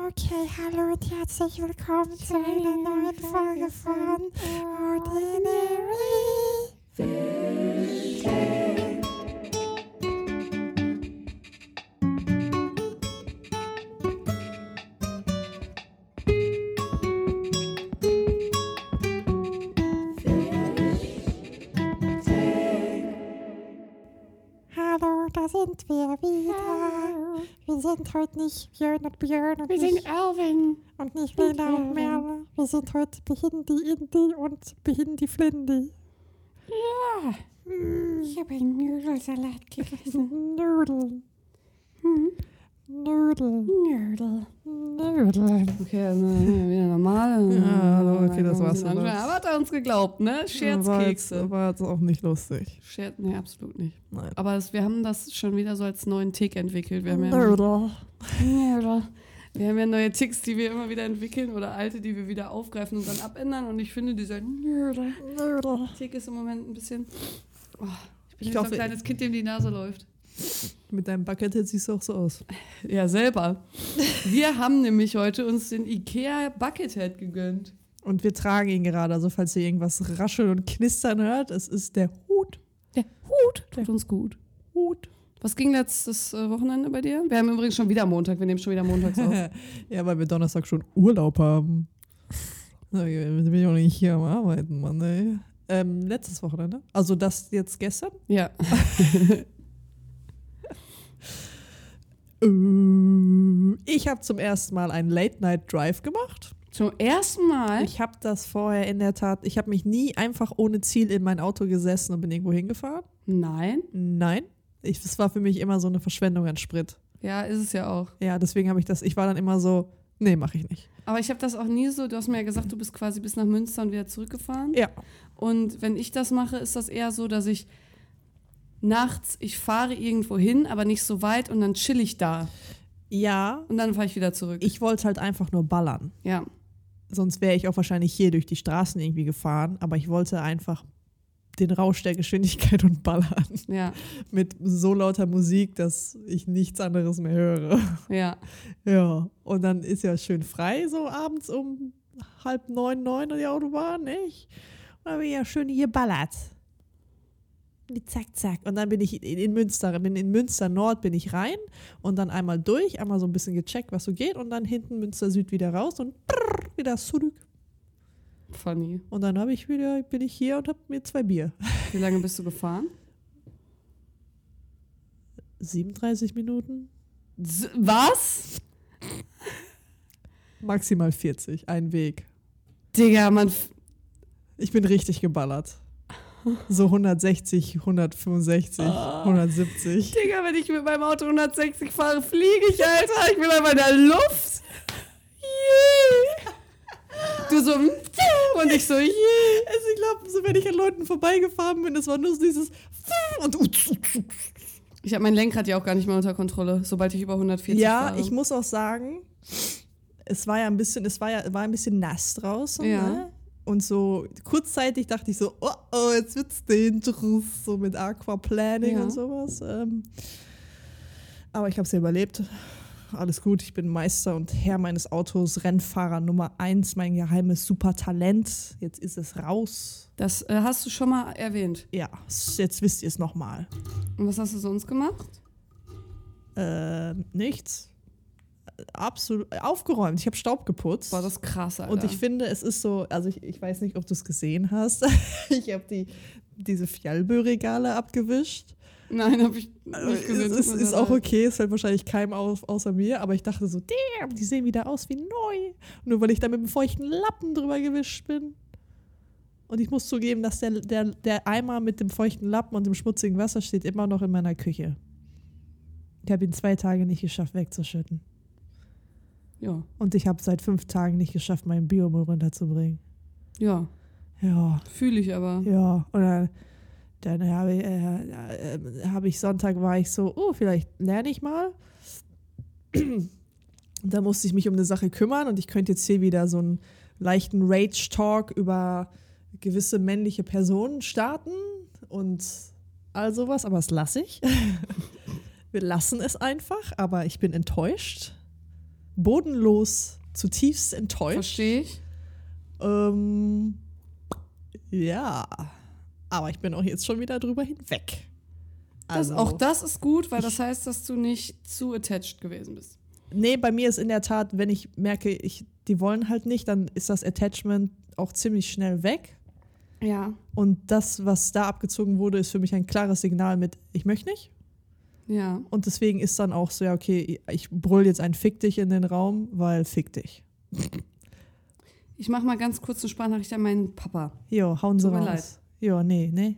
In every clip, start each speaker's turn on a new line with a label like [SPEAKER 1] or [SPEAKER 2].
[SPEAKER 1] Okay, hallo und herzlich willkommen zu einer neuen Folge von Ordinary. Hallo, da sind wir wieder. Wir sind heute nicht Björn und Björn und
[SPEAKER 2] Wir
[SPEAKER 1] nicht,
[SPEAKER 2] sind Alvin.
[SPEAKER 1] und nicht Lena
[SPEAKER 2] Björn.
[SPEAKER 1] und Merle. Wir sind heute Behindi Indi und Behindi Flindi.
[SPEAKER 2] Ja. Ich habe einen Nudelsalat gegessen.
[SPEAKER 1] Nudeln,
[SPEAKER 2] Hm,
[SPEAKER 1] Nudeln,
[SPEAKER 2] Nudel.
[SPEAKER 1] Nudeln.
[SPEAKER 3] Okay, also wieder normal.
[SPEAKER 4] Ja, also okay, das war's dann.
[SPEAKER 3] Aber hat er uns geglaubt, ne?
[SPEAKER 4] War jetzt,
[SPEAKER 3] Scherzkekse.
[SPEAKER 4] war jetzt auch nicht lustig.
[SPEAKER 3] Scherz, nee, absolut nicht.
[SPEAKER 4] Nein.
[SPEAKER 3] Aber das, wir haben das schon wieder so als neuen Tick entwickelt. Wir haben, ja,
[SPEAKER 1] Nudel.
[SPEAKER 3] Nudel. wir haben ja neue Ticks, die wir immer wieder entwickeln oder alte, die wir wieder aufgreifen und dann abändern. Und ich finde, dieser Nudel-Tick
[SPEAKER 1] Nudel.
[SPEAKER 3] ist im Moment ein bisschen. Oh, ich bin
[SPEAKER 4] Ich
[SPEAKER 3] wie so ein
[SPEAKER 4] hoffe-
[SPEAKER 3] kleines Kind, dem die Nase läuft.
[SPEAKER 4] Mit deinem Buckethead siehst du auch so aus.
[SPEAKER 3] Ja, selber. Wir haben nämlich heute uns den Ikea Buckethead gegönnt.
[SPEAKER 4] Und wir tragen ihn gerade. Also, falls ihr irgendwas rascheln und knistern hört, es ist der Hut.
[SPEAKER 3] Der Hut tut uns gut.
[SPEAKER 4] Hut.
[SPEAKER 3] Was ging letztes äh, Wochenende bei dir? Wir haben übrigens schon wieder Montag, wir nehmen schon wieder montags auf.
[SPEAKER 4] ja, weil wir Donnerstag schon Urlaub haben. Na, Jetzt bin ich auch nicht hier am Arbeiten, Mann, ey. Ähm, letztes Wochenende. Also, das jetzt gestern?
[SPEAKER 3] ja.
[SPEAKER 4] Ähm, Ich habe zum ersten Mal einen Late-Night-Drive gemacht.
[SPEAKER 3] Zum ersten Mal.
[SPEAKER 4] Ich habe das vorher in der Tat, ich habe mich nie einfach ohne Ziel in mein Auto gesessen und bin irgendwo hingefahren.
[SPEAKER 3] Nein.
[SPEAKER 4] Nein. Ich, das war für mich immer so eine Verschwendung an Sprit.
[SPEAKER 3] Ja, ist es ja auch.
[SPEAKER 4] Ja, deswegen habe ich das, ich war dann immer so, nee, mache ich nicht.
[SPEAKER 3] Aber ich habe das auch nie so, du hast mir ja gesagt, du bist quasi bis nach Münster und wieder zurückgefahren.
[SPEAKER 4] Ja.
[SPEAKER 3] Und wenn ich das mache, ist das eher so, dass ich nachts, ich fahre irgendwo hin, aber nicht so weit und dann chill ich da.
[SPEAKER 4] Ja,
[SPEAKER 3] Und dann fahre ich wieder zurück.
[SPEAKER 4] ich wollte halt einfach nur ballern.
[SPEAKER 3] ja.
[SPEAKER 4] Sonst wäre ich auch wahrscheinlich hier durch die Straßen irgendwie gefahren, aber ich wollte einfach den Rausch der Geschwindigkeit und ballern.
[SPEAKER 3] Ja.
[SPEAKER 4] Mit so lauter Musik, dass ich nichts anderes mehr höre.
[SPEAKER 3] Ja.
[SPEAKER 4] Ja, und dann ist ja schön frei, so abends um halb neun, neun die Autobahn, nicht? Und dann bin ich ja schön hier ballert. Die Zack, zack. Und dann bin ich in, in Münster, bin in Münster Nord bin ich rein und dann einmal durch, einmal so ein bisschen gecheckt, was so geht und dann hinten Münster Süd wieder raus und prrr, wieder zurück.
[SPEAKER 3] Funny.
[SPEAKER 4] Und dann habe ich wieder, bin ich hier und habe mir zwei Bier.
[SPEAKER 3] Wie lange bist du gefahren?
[SPEAKER 4] 37 Minuten,
[SPEAKER 3] S was?
[SPEAKER 4] maximal 40, ein Weg.
[SPEAKER 3] Digga, man. f-
[SPEAKER 4] Ich bin richtig geballert. So 160, 165, 170.
[SPEAKER 3] Digga, wenn ich mit meinem Auto 160 fahre, fliege ich, Alter. Ich bin einfach in der Luft. Yeah. Du so, mm, und ich so, yeah.
[SPEAKER 4] Also ich glaube, so wenn ich an Leuten vorbeigefahren bin, das war nur so dieses und
[SPEAKER 3] Ich habe mein Lenkrad ja auch gar nicht mehr unter Kontrolle, sobald ich über 140
[SPEAKER 4] Ja,
[SPEAKER 3] fahre.
[SPEAKER 4] ich muss auch sagen, es war ja ein bisschen, es war ja war ein bisschen nass draußen,
[SPEAKER 3] Ja.
[SPEAKER 4] ne? Und so kurzzeitig dachte ich so, oh, oh jetzt wird's dangerous, so mit Aquaplaning
[SPEAKER 3] Ja.
[SPEAKER 4] und sowas. Ähm, aber ich habe es ja überlebt. Alles gut, ich bin Meister und Herr meines Autos, Rennfahrer Nummer eins, mein geheimes Supertalent. Jetzt ist es raus.
[SPEAKER 3] Das äh, hast du schon mal erwähnt.
[SPEAKER 4] Ja, jetzt wisst ihr es nochmal.
[SPEAKER 3] Und was hast du sonst gemacht?
[SPEAKER 4] Ähm, nichts. Äh, Absolut aufgeräumt. Ich habe Staub geputzt.
[SPEAKER 3] War das krass, Alter.
[SPEAKER 4] und ich finde, es ist so, also ich, ich weiß nicht, ob du es gesehen hast. ich habe die, diese Fjallbö-Regale abgewischt.
[SPEAKER 3] Nein, habe ich nicht gesehen.
[SPEAKER 4] Äh, es ist,
[SPEAKER 3] Tut mir
[SPEAKER 4] ist
[SPEAKER 3] sehr
[SPEAKER 4] auch
[SPEAKER 3] leid.
[SPEAKER 4] okay, es fällt wahrscheinlich keinem auf, außer mir, aber ich dachte so, damn, die sehen wieder aus wie neu. Nur weil ich da mit einem feuchten Lappen drüber gewischt bin. Und ich muss zugeben, dass der, der, der Eimer mit dem feuchten Lappen und dem schmutzigen Wasser steht immer noch in meiner Küche. Ich habe ihn zwei Tage nicht geschafft, wegzuschütten.
[SPEAKER 3] Ja.
[SPEAKER 4] Und ich habe seit fünf Tagen nicht geschafft, meinen Biomüll runterzubringen.
[SPEAKER 3] Ja.
[SPEAKER 4] Ja,
[SPEAKER 3] Fühle ich aber.
[SPEAKER 4] ja. Und dann, dann habe ich, äh, äh, habe ich Sonntag war ich so, oh, vielleicht lerne ich mal. Und da musste ich mich um eine Sache kümmern und ich könnte jetzt hier wieder so einen leichten Rage-Talk über gewisse männliche Personen starten und all sowas, aber das lasse ich. Wir lassen es einfach, aber ich bin enttäuscht. bodenlos zutiefst enttäuscht.
[SPEAKER 3] Verstehe ich.
[SPEAKER 4] Ähm, ja, aber ich bin auch jetzt schon wieder drüber hinweg. Also,
[SPEAKER 3] Das, auch das ist gut, weil das heißt, dass du nicht zu attached gewesen bist.
[SPEAKER 4] Nee, bei mir ist in der Tat, wenn ich merke, ich, die wollen halt nicht, dann ist das Attachment auch ziemlich schnell weg.
[SPEAKER 3] Ja.
[SPEAKER 4] Und das, was da abgezogen wurde, ist für mich ein klares Signal mit, ich möchte nicht.
[SPEAKER 3] Ja.
[SPEAKER 4] Und deswegen ist dann auch so, ja, okay, ich brüll jetzt ein Fick dich in den Raum, weil Fick dich.
[SPEAKER 3] Ich mache mal ganz kurz eine Sprachnachricht an meinen Papa.
[SPEAKER 4] Jo, hauen sie
[SPEAKER 3] Tut mir
[SPEAKER 4] raus. Jo, nee, nee.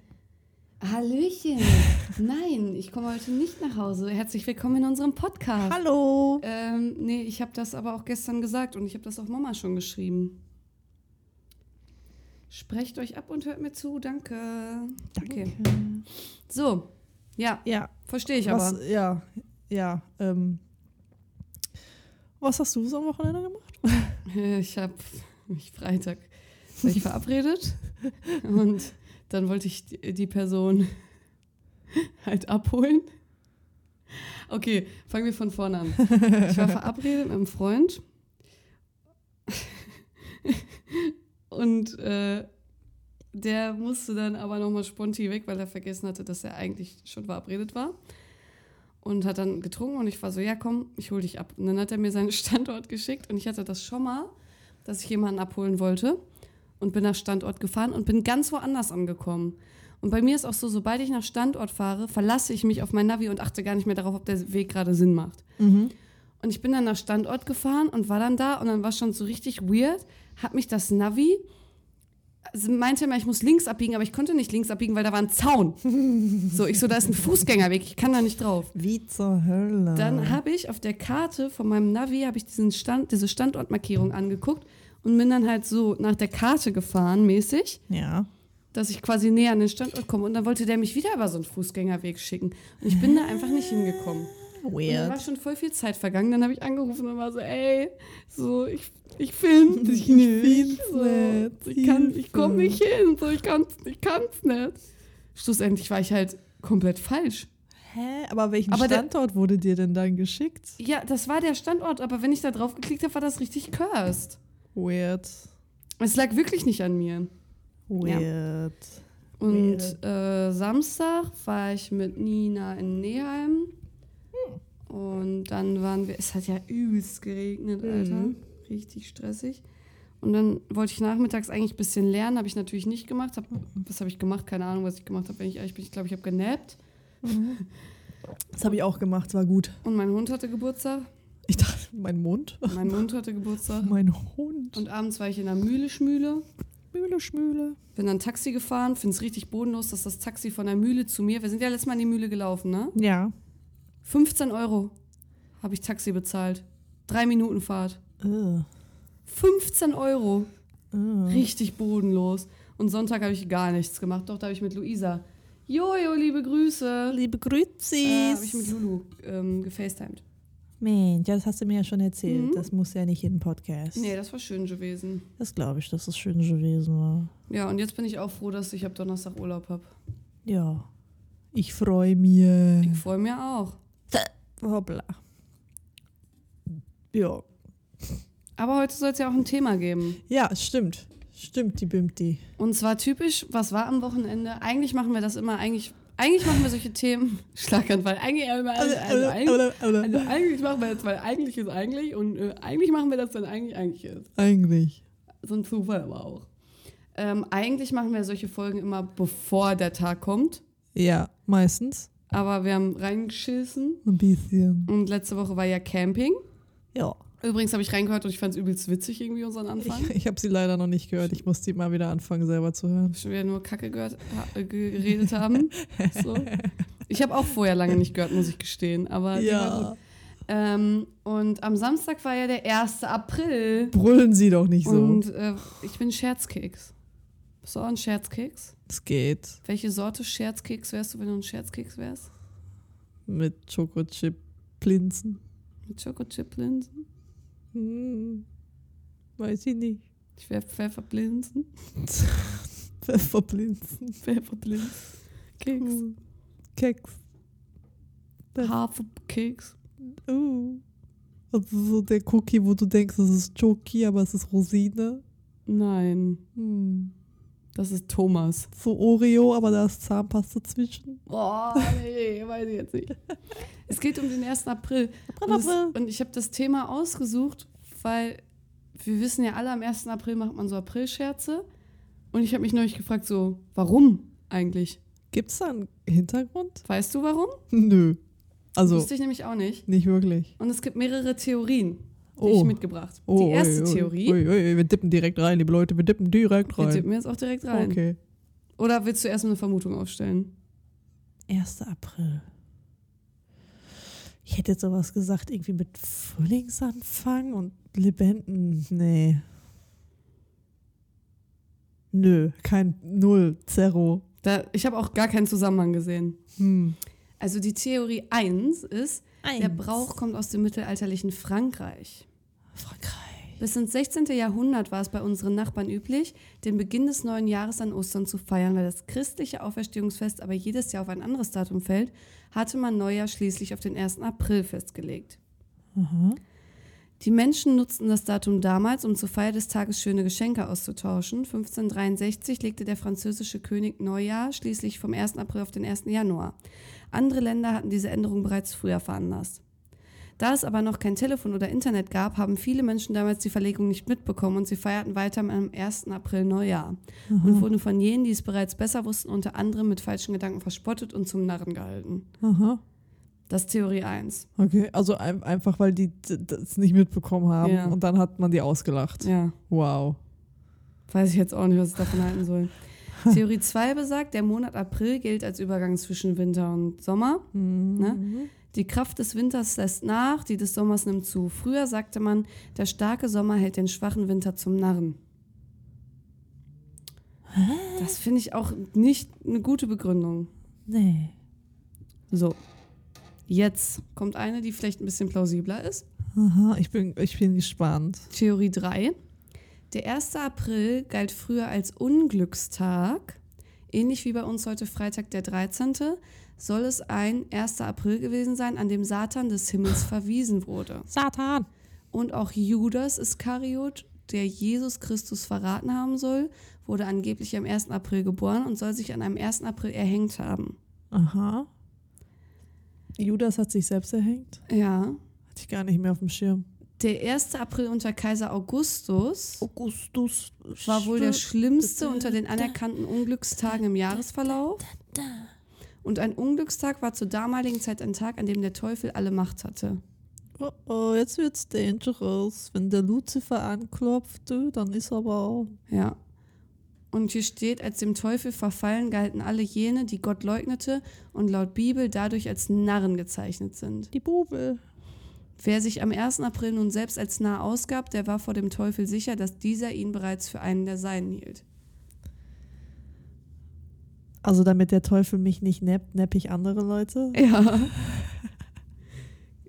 [SPEAKER 3] Hallöchen. Nein, ich komme heute nicht nach Hause. Herzlich willkommen in unserem Podcast.
[SPEAKER 4] Hallo.
[SPEAKER 3] Ähm, nee, ich habe das aber auch gestern gesagt und ich habe das auch Mama schon geschrieben. Sprecht euch ab und hört mir zu. Danke. Okay. So. Ja,
[SPEAKER 4] Ja,
[SPEAKER 3] verstehe ich
[SPEAKER 4] was,
[SPEAKER 3] aber.
[SPEAKER 4] ja, ja. Ähm, was hast du so am Wochenende gemacht?
[SPEAKER 3] Ich habe mich Freitag war ich verabredet und dann wollte ich die die Person halt abholen. Okay, fangen wir von vorne an. Ich war verabredet mit einem Freund und äh, der musste dann aber nochmal sponti weg, weil er vergessen hatte, dass er eigentlich schon verabredet war. Und hat dann getrunken und ich war so, ja komm, ich hol dich ab. Und dann hat er mir seinen Standort geschickt und ich hatte das schon mal, dass ich jemanden abholen wollte und bin nach Standort gefahren und bin ganz woanders angekommen. Und bei mir ist auch so, sobald ich nach Standort fahre, verlasse ich mich auf mein Navi und achte gar nicht mehr darauf, ob der Weg gerade Sinn macht. Und ich bin dann nach Standort gefahren und war dann da und dann war schon so richtig weird, hat mich das Navi also meinte immer, ich muss links abbiegen, aber ich konnte nicht links abbiegen, weil da war ein Zaun. So, ich so, da ist ein Fußgängerweg, ich kann da nicht drauf.
[SPEAKER 4] Wie zur Hölle.
[SPEAKER 3] Dann habe ich auf der Karte von meinem Navi habe ich diesen Stand, diese Standortmarkierung angeguckt und bin dann halt so nach der Karte gefahren mäßig
[SPEAKER 4] ja.
[SPEAKER 3] dass ich quasi näher an den Standort komme. Und dann wollte der mich wieder über so einen Fußgängerweg schicken. Und ich bin da einfach nicht hingekommen. Und dann war schon voll viel Zeit vergangen. Dann habe ich angerufen und war so, ey, so, ich, ich finde dich
[SPEAKER 4] Ich
[SPEAKER 3] nicht.
[SPEAKER 4] find's
[SPEAKER 3] So,
[SPEAKER 4] nicht.
[SPEAKER 3] ich kann, ich komme nicht
[SPEAKER 4] Hilfe.
[SPEAKER 3] hin. So, ich kann's, ich kann's nicht. Schlussendlich war ich halt komplett falsch.
[SPEAKER 4] Hä? Aber welchen
[SPEAKER 3] Aber der-
[SPEAKER 4] Standort wurde dir denn dann geschickt?
[SPEAKER 3] Ja, das war der Standort, aber wenn ich da drauf geklickt habe, war das richtig cursed.
[SPEAKER 4] Weird.
[SPEAKER 3] Es lag wirklich nicht an mir.
[SPEAKER 4] Weird.
[SPEAKER 3] Und äh, Samstag war ich mit Nina in Neheim. Und dann waren wir, es hat ja übelst geregnet, Alter. Richtig stressig. Und dann wollte ich nachmittags eigentlich ein bisschen lernen, habe ich natürlich nicht gemacht. Hab, was habe ich gemacht? Keine Ahnung, was ich gemacht habe, wenn ich ehrlich bin. Ich glaube, ich habe genappt.
[SPEAKER 4] Das habe ich auch gemacht, war gut.
[SPEAKER 3] Und mein Hund hatte Geburtstag.
[SPEAKER 4] Ich dachte, mein Mund?
[SPEAKER 3] Mein Hund hatte Geburtstag.
[SPEAKER 4] Mein Hund.
[SPEAKER 3] Und abends war ich in der Mühle-Schmühle.
[SPEAKER 4] Mühle, Schmühle.
[SPEAKER 3] Bin dann Taxi gefahren. Finde es richtig bodenlos, dass das Taxi von der Mühle zu mir. Wir sind ja letztes Mal in die Mühle gelaufen, ne?
[SPEAKER 4] Ja.
[SPEAKER 3] 15 Euro habe ich Taxi bezahlt. Drei Minuten Fahrt.
[SPEAKER 4] Äh,
[SPEAKER 3] 15 Euro.
[SPEAKER 4] äh.
[SPEAKER 3] Richtig bodenlos. Und Sonntag habe ich gar nichts gemacht. Doch, da habe ich mit Luisa. Jojo, liebe Grüße.
[SPEAKER 4] Liebe
[SPEAKER 3] Äh, habe ich mit
[SPEAKER 4] Grüßis.
[SPEAKER 3] Lulu ähm, gefacetimed.
[SPEAKER 4] Mensch, ja, das hast du mir ja schon erzählt.
[SPEAKER 3] Mhm.
[SPEAKER 4] Das muss ja nicht in den Podcast.
[SPEAKER 3] Nee, das war schön gewesen.
[SPEAKER 4] Das glaube ich, dass es schön gewesen war.
[SPEAKER 3] Ja, und jetzt bin ich auch froh, dass ich ab Donnerstag Urlaub habe.
[SPEAKER 4] Ja. Ich freue mich.
[SPEAKER 3] Ich freue mich auch.
[SPEAKER 4] Hoppla. Ja.
[SPEAKER 3] Aber heute soll es ja auch ein Thema geben.
[SPEAKER 4] Ja, stimmt. Stimmt, die Bimti.
[SPEAKER 3] Und zwar typisch, was war am Wochenende? Eigentlich machen wir das immer, eigentlich, eigentlich machen wir solche Themen Schlaganfall. Eigentlich, also, also, eigentlich, Also eigentlich machen wir jetzt, weil eigentlich ist eigentlich und äh, eigentlich machen wir das, wenn eigentlich eigentlich ist.
[SPEAKER 4] Eigentlich.
[SPEAKER 3] So ein Zufall aber auch. Ähm, eigentlich machen wir solche Folgen immer, bevor der Tag kommt.
[SPEAKER 4] Ja, meistens.
[SPEAKER 3] Aber wir haben reingeschissen
[SPEAKER 4] Ein bisschen.
[SPEAKER 3] und letzte Woche war ja Camping.
[SPEAKER 4] Ja.
[SPEAKER 3] Übrigens habe ich reingehört und ich fand es übelst witzig irgendwie unseren Anfang.
[SPEAKER 4] Ich, ich habe sie leider noch nicht gehört. Ich muss die mal wieder anfangen, selber zu hören.
[SPEAKER 3] Schon wieder nur Kacke gehört, ha- äh, geredet haben. So. Ich habe auch vorher lange nicht gehört, muss ich gestehen. Aber die war gut. Ähm, und am Samstag war ja der 1. April.
[SPEAKER 4] Brüllen sie doch nicht so.
[SPEAKER 3] Und äh, ich bin Scherzkeks. Bist du auch ein Scherzkeks?
[SPEAKER 4] es geht.
[SPEAKER 3] Welche Sorte Scherzkeks wärst du, wenn du ein Scherzkeks wärst?
[SPEAKER 4] Mit Schokochip Plinzen.
[SPEAKER 3] Mit Schokochip-Linsen?
[SPEAKER 4] Hm. Weiß ich nicht.
[SPEAKER 3] Ich wär Pfefferblinsen.
[SPEAKER 4] Pfefferplinzen.
[SPEAKER 3] Pfefferblinsen. Keks.
[SPEAKER 4] Hm. Keks.
[SPEAKER 3] Haferkeks.
[SPEAKER 4] Uh. Also so der Cookie, wo du denkst, es ist Choki, aber es ist Rosine.
[SPEAKER 3] Nein,
[SPEAKER 4] Hm.
[SPEAKER 3] das ist Thomas.
[SPEAKER 4] So Oreo, aber da ist Zahnpasta zwischen.
[SPEAKER 3] Boah, nee, weiß ich jetzt nicht. Es geht um den 1. April. Und, es,
[SPEAKER 4] April.
[SPEAKER 3] und ich habe das Thema ausgesucht, weil wir wissen ja alle, am 1. April macht man so Aprilscherze. Und ich habe mich neulich gefragt, so, warum eigentlich?
[SPEAKER 4] Gibt's da einen Hintergrund?
[SPEAKER 3] Weißt du warum?
[SPEAKER 4] Nö. Also
[SPEAKER 3] Wusste ich nämlich auch nicht.
[SPEAKER 4] nicht wirklich.
[SPEAKER 3] Und es gibt mehrere Theorien, die
[SPEAKER 4] Oh.
[SPEAKER 3] ich mitgebracht. die erste
[SPEAKER 4] ui, ui,
[SPEAKER 3] Theorie,
[SPEAKER 4] Ui, ui, wir dippen direkt rein, liebe Leute. Wir dippen direkt
[SPEAKER 3] wir
[SPEAKER 4] rein.
[SPEAKER 3] tippen jetzt auch direkt rein.
[SPEAKER 4] Okay.
[SPEAKER 3] Oder willst du erst mal eine Vermutung aufstellen?
[SPEAKER 4] 1. April. Ich hätte jetzt sowas gesagt, irgendwie mit Frühlingsanfang und Lebenden. Nee. Nö, kein Null, Zero.
[SPEAKER 3] Da, ich habe auch gar keinen Zusammenhang gesehen.
[SPEAKER 4] Hm.
[SPEAKER 3] Also die Theorie 1 ist, der
[SPEAKER 4] Eins.
[SPEAKER 3] Brauch kommt aus dem mittelalterlichen Frankreich.
[SPEAKER 4] Frankreich.
[SPEAKER 3] Bis ins 16. Jahrhundert war es bei unseren Nachbarn üblich, den Beginn des neuen Jahres an Ostern zu feiern, weil das christliche Auferstehungsfest aber jedes Jahr auf ein anderes Datum fällt, hatte man Neujahr schließlich auf den 1. April festgelegt.
[SPEAKER 4] Aha.
[SPEAKER 3] Die Menschen nutzten das Datum damals, um zur Feier des Tages schöne Geschenke auszutauschen. 1563 legte der französische König Neujahr schließlich vom 1. April auf den 1. Januar. Andere Länder hatten diese Änderung bereits früher veranlasst. Da es aber noch kein Telefon oder Internet gab, haben viele Menschen damals die Verlegung nicht mitbekommen und sie feierten weiter am 1. April Neujahr und wurden von jenen, die es bereits besser wussten, unter anderem mit falschen Gedanken verspottet und zum Narren gehalten.
[SPEAKER 4] Aha.
[SPEAKER 3] Das ist Theorie 1.
[SPEAKER 4] Okay, also ein, einfach, weil die d- das nicht mitbekommen haben
[SPEAKER 3] Ja.
[SPEAKER 4] und dann hat man die ausgelacht.
[SPEAKER 3] Ja.
[SPEAKER 4] Wow.
[SPEAKER 3] Weiß ich jetzt auch nicht, was ich davon halten soll. Theorie 2 besagt, der Monat April gilt als Übergang zwischen Winter und Sommer.
[SPEAKER 4] Hm,
[SPEAKER 3] Ne? Die Kraft des Winters lässt nach, die des Sommers nimmt zu. Früher sagte man, der starke Sommer hält den schwachen Winter zum Narren. Das finde ich auch nicht eine gute Begründung.
[SPEAKER 4] Nee.
[SPEAKER 3] So, jetzt kommt eine, die vielleicht ein bisschen plausibler ist.
[SPEAKER 4] Aha, ich bin, ich bin gespannt.
[SPEAKER 3] Theorie 3. Der 1. April galt früher als Unglückstag. Ähnlich wie bei uns heute Freitag der 13. soll es ein 1. April gewesen sein, an dem Satan des Himmels verwiesen wurde.
[SPEAKER 4] Satan.
[SPEAKER 3] Und auch Judas Iskariot, der Jesus Christus verraten haben soll, wurde angeblich am 1. April geboren und soll sich an einem 1. April erhängt haben.
[SPEAKER 4] Aha. Judas hat sich selbst erhängt.
[SPEAKER 3] Ja.
[SPEAKER 4] Hatte ich gar nicht mehr auf dem Schirm.
[SPEAKER 3] Der 1. April unter Kaiser Augustus
[SPEAKER 4] Augustus
[SPEAKER 3] war wohl der schlimmste unter den anerkannten Unglückstagen im Jahresverlauf. Und ein Unglückstag war zur damaligen Zeit ein Tag, an dem der Teufel alle Macht hatte.
[SPEAKER 4] Oh, oh, jetzt wird's dangerous. Wenn der Lucifer anklopft, du, dann ist aber auch.
[SPEAKER 3] Ja. Und hier steht, als dem Teufel verfallen galten alle jene, die Gott leugnete und laut Bibel dadurch als Narren gezeichnet sind.
[SPEAKER 4] Die Bubel.
[SPEAKER 3] Wer sich am 1. April nun selbst als nah ausgab, der war vor dem Teufel sicher, dass dieser ihn bereits für einen der Seinen hielt.
[SPEAKER 4] Also damit der Teufel mich nicht neppt, nepp ich andere Leute.
[SPEAKER 3] Ja.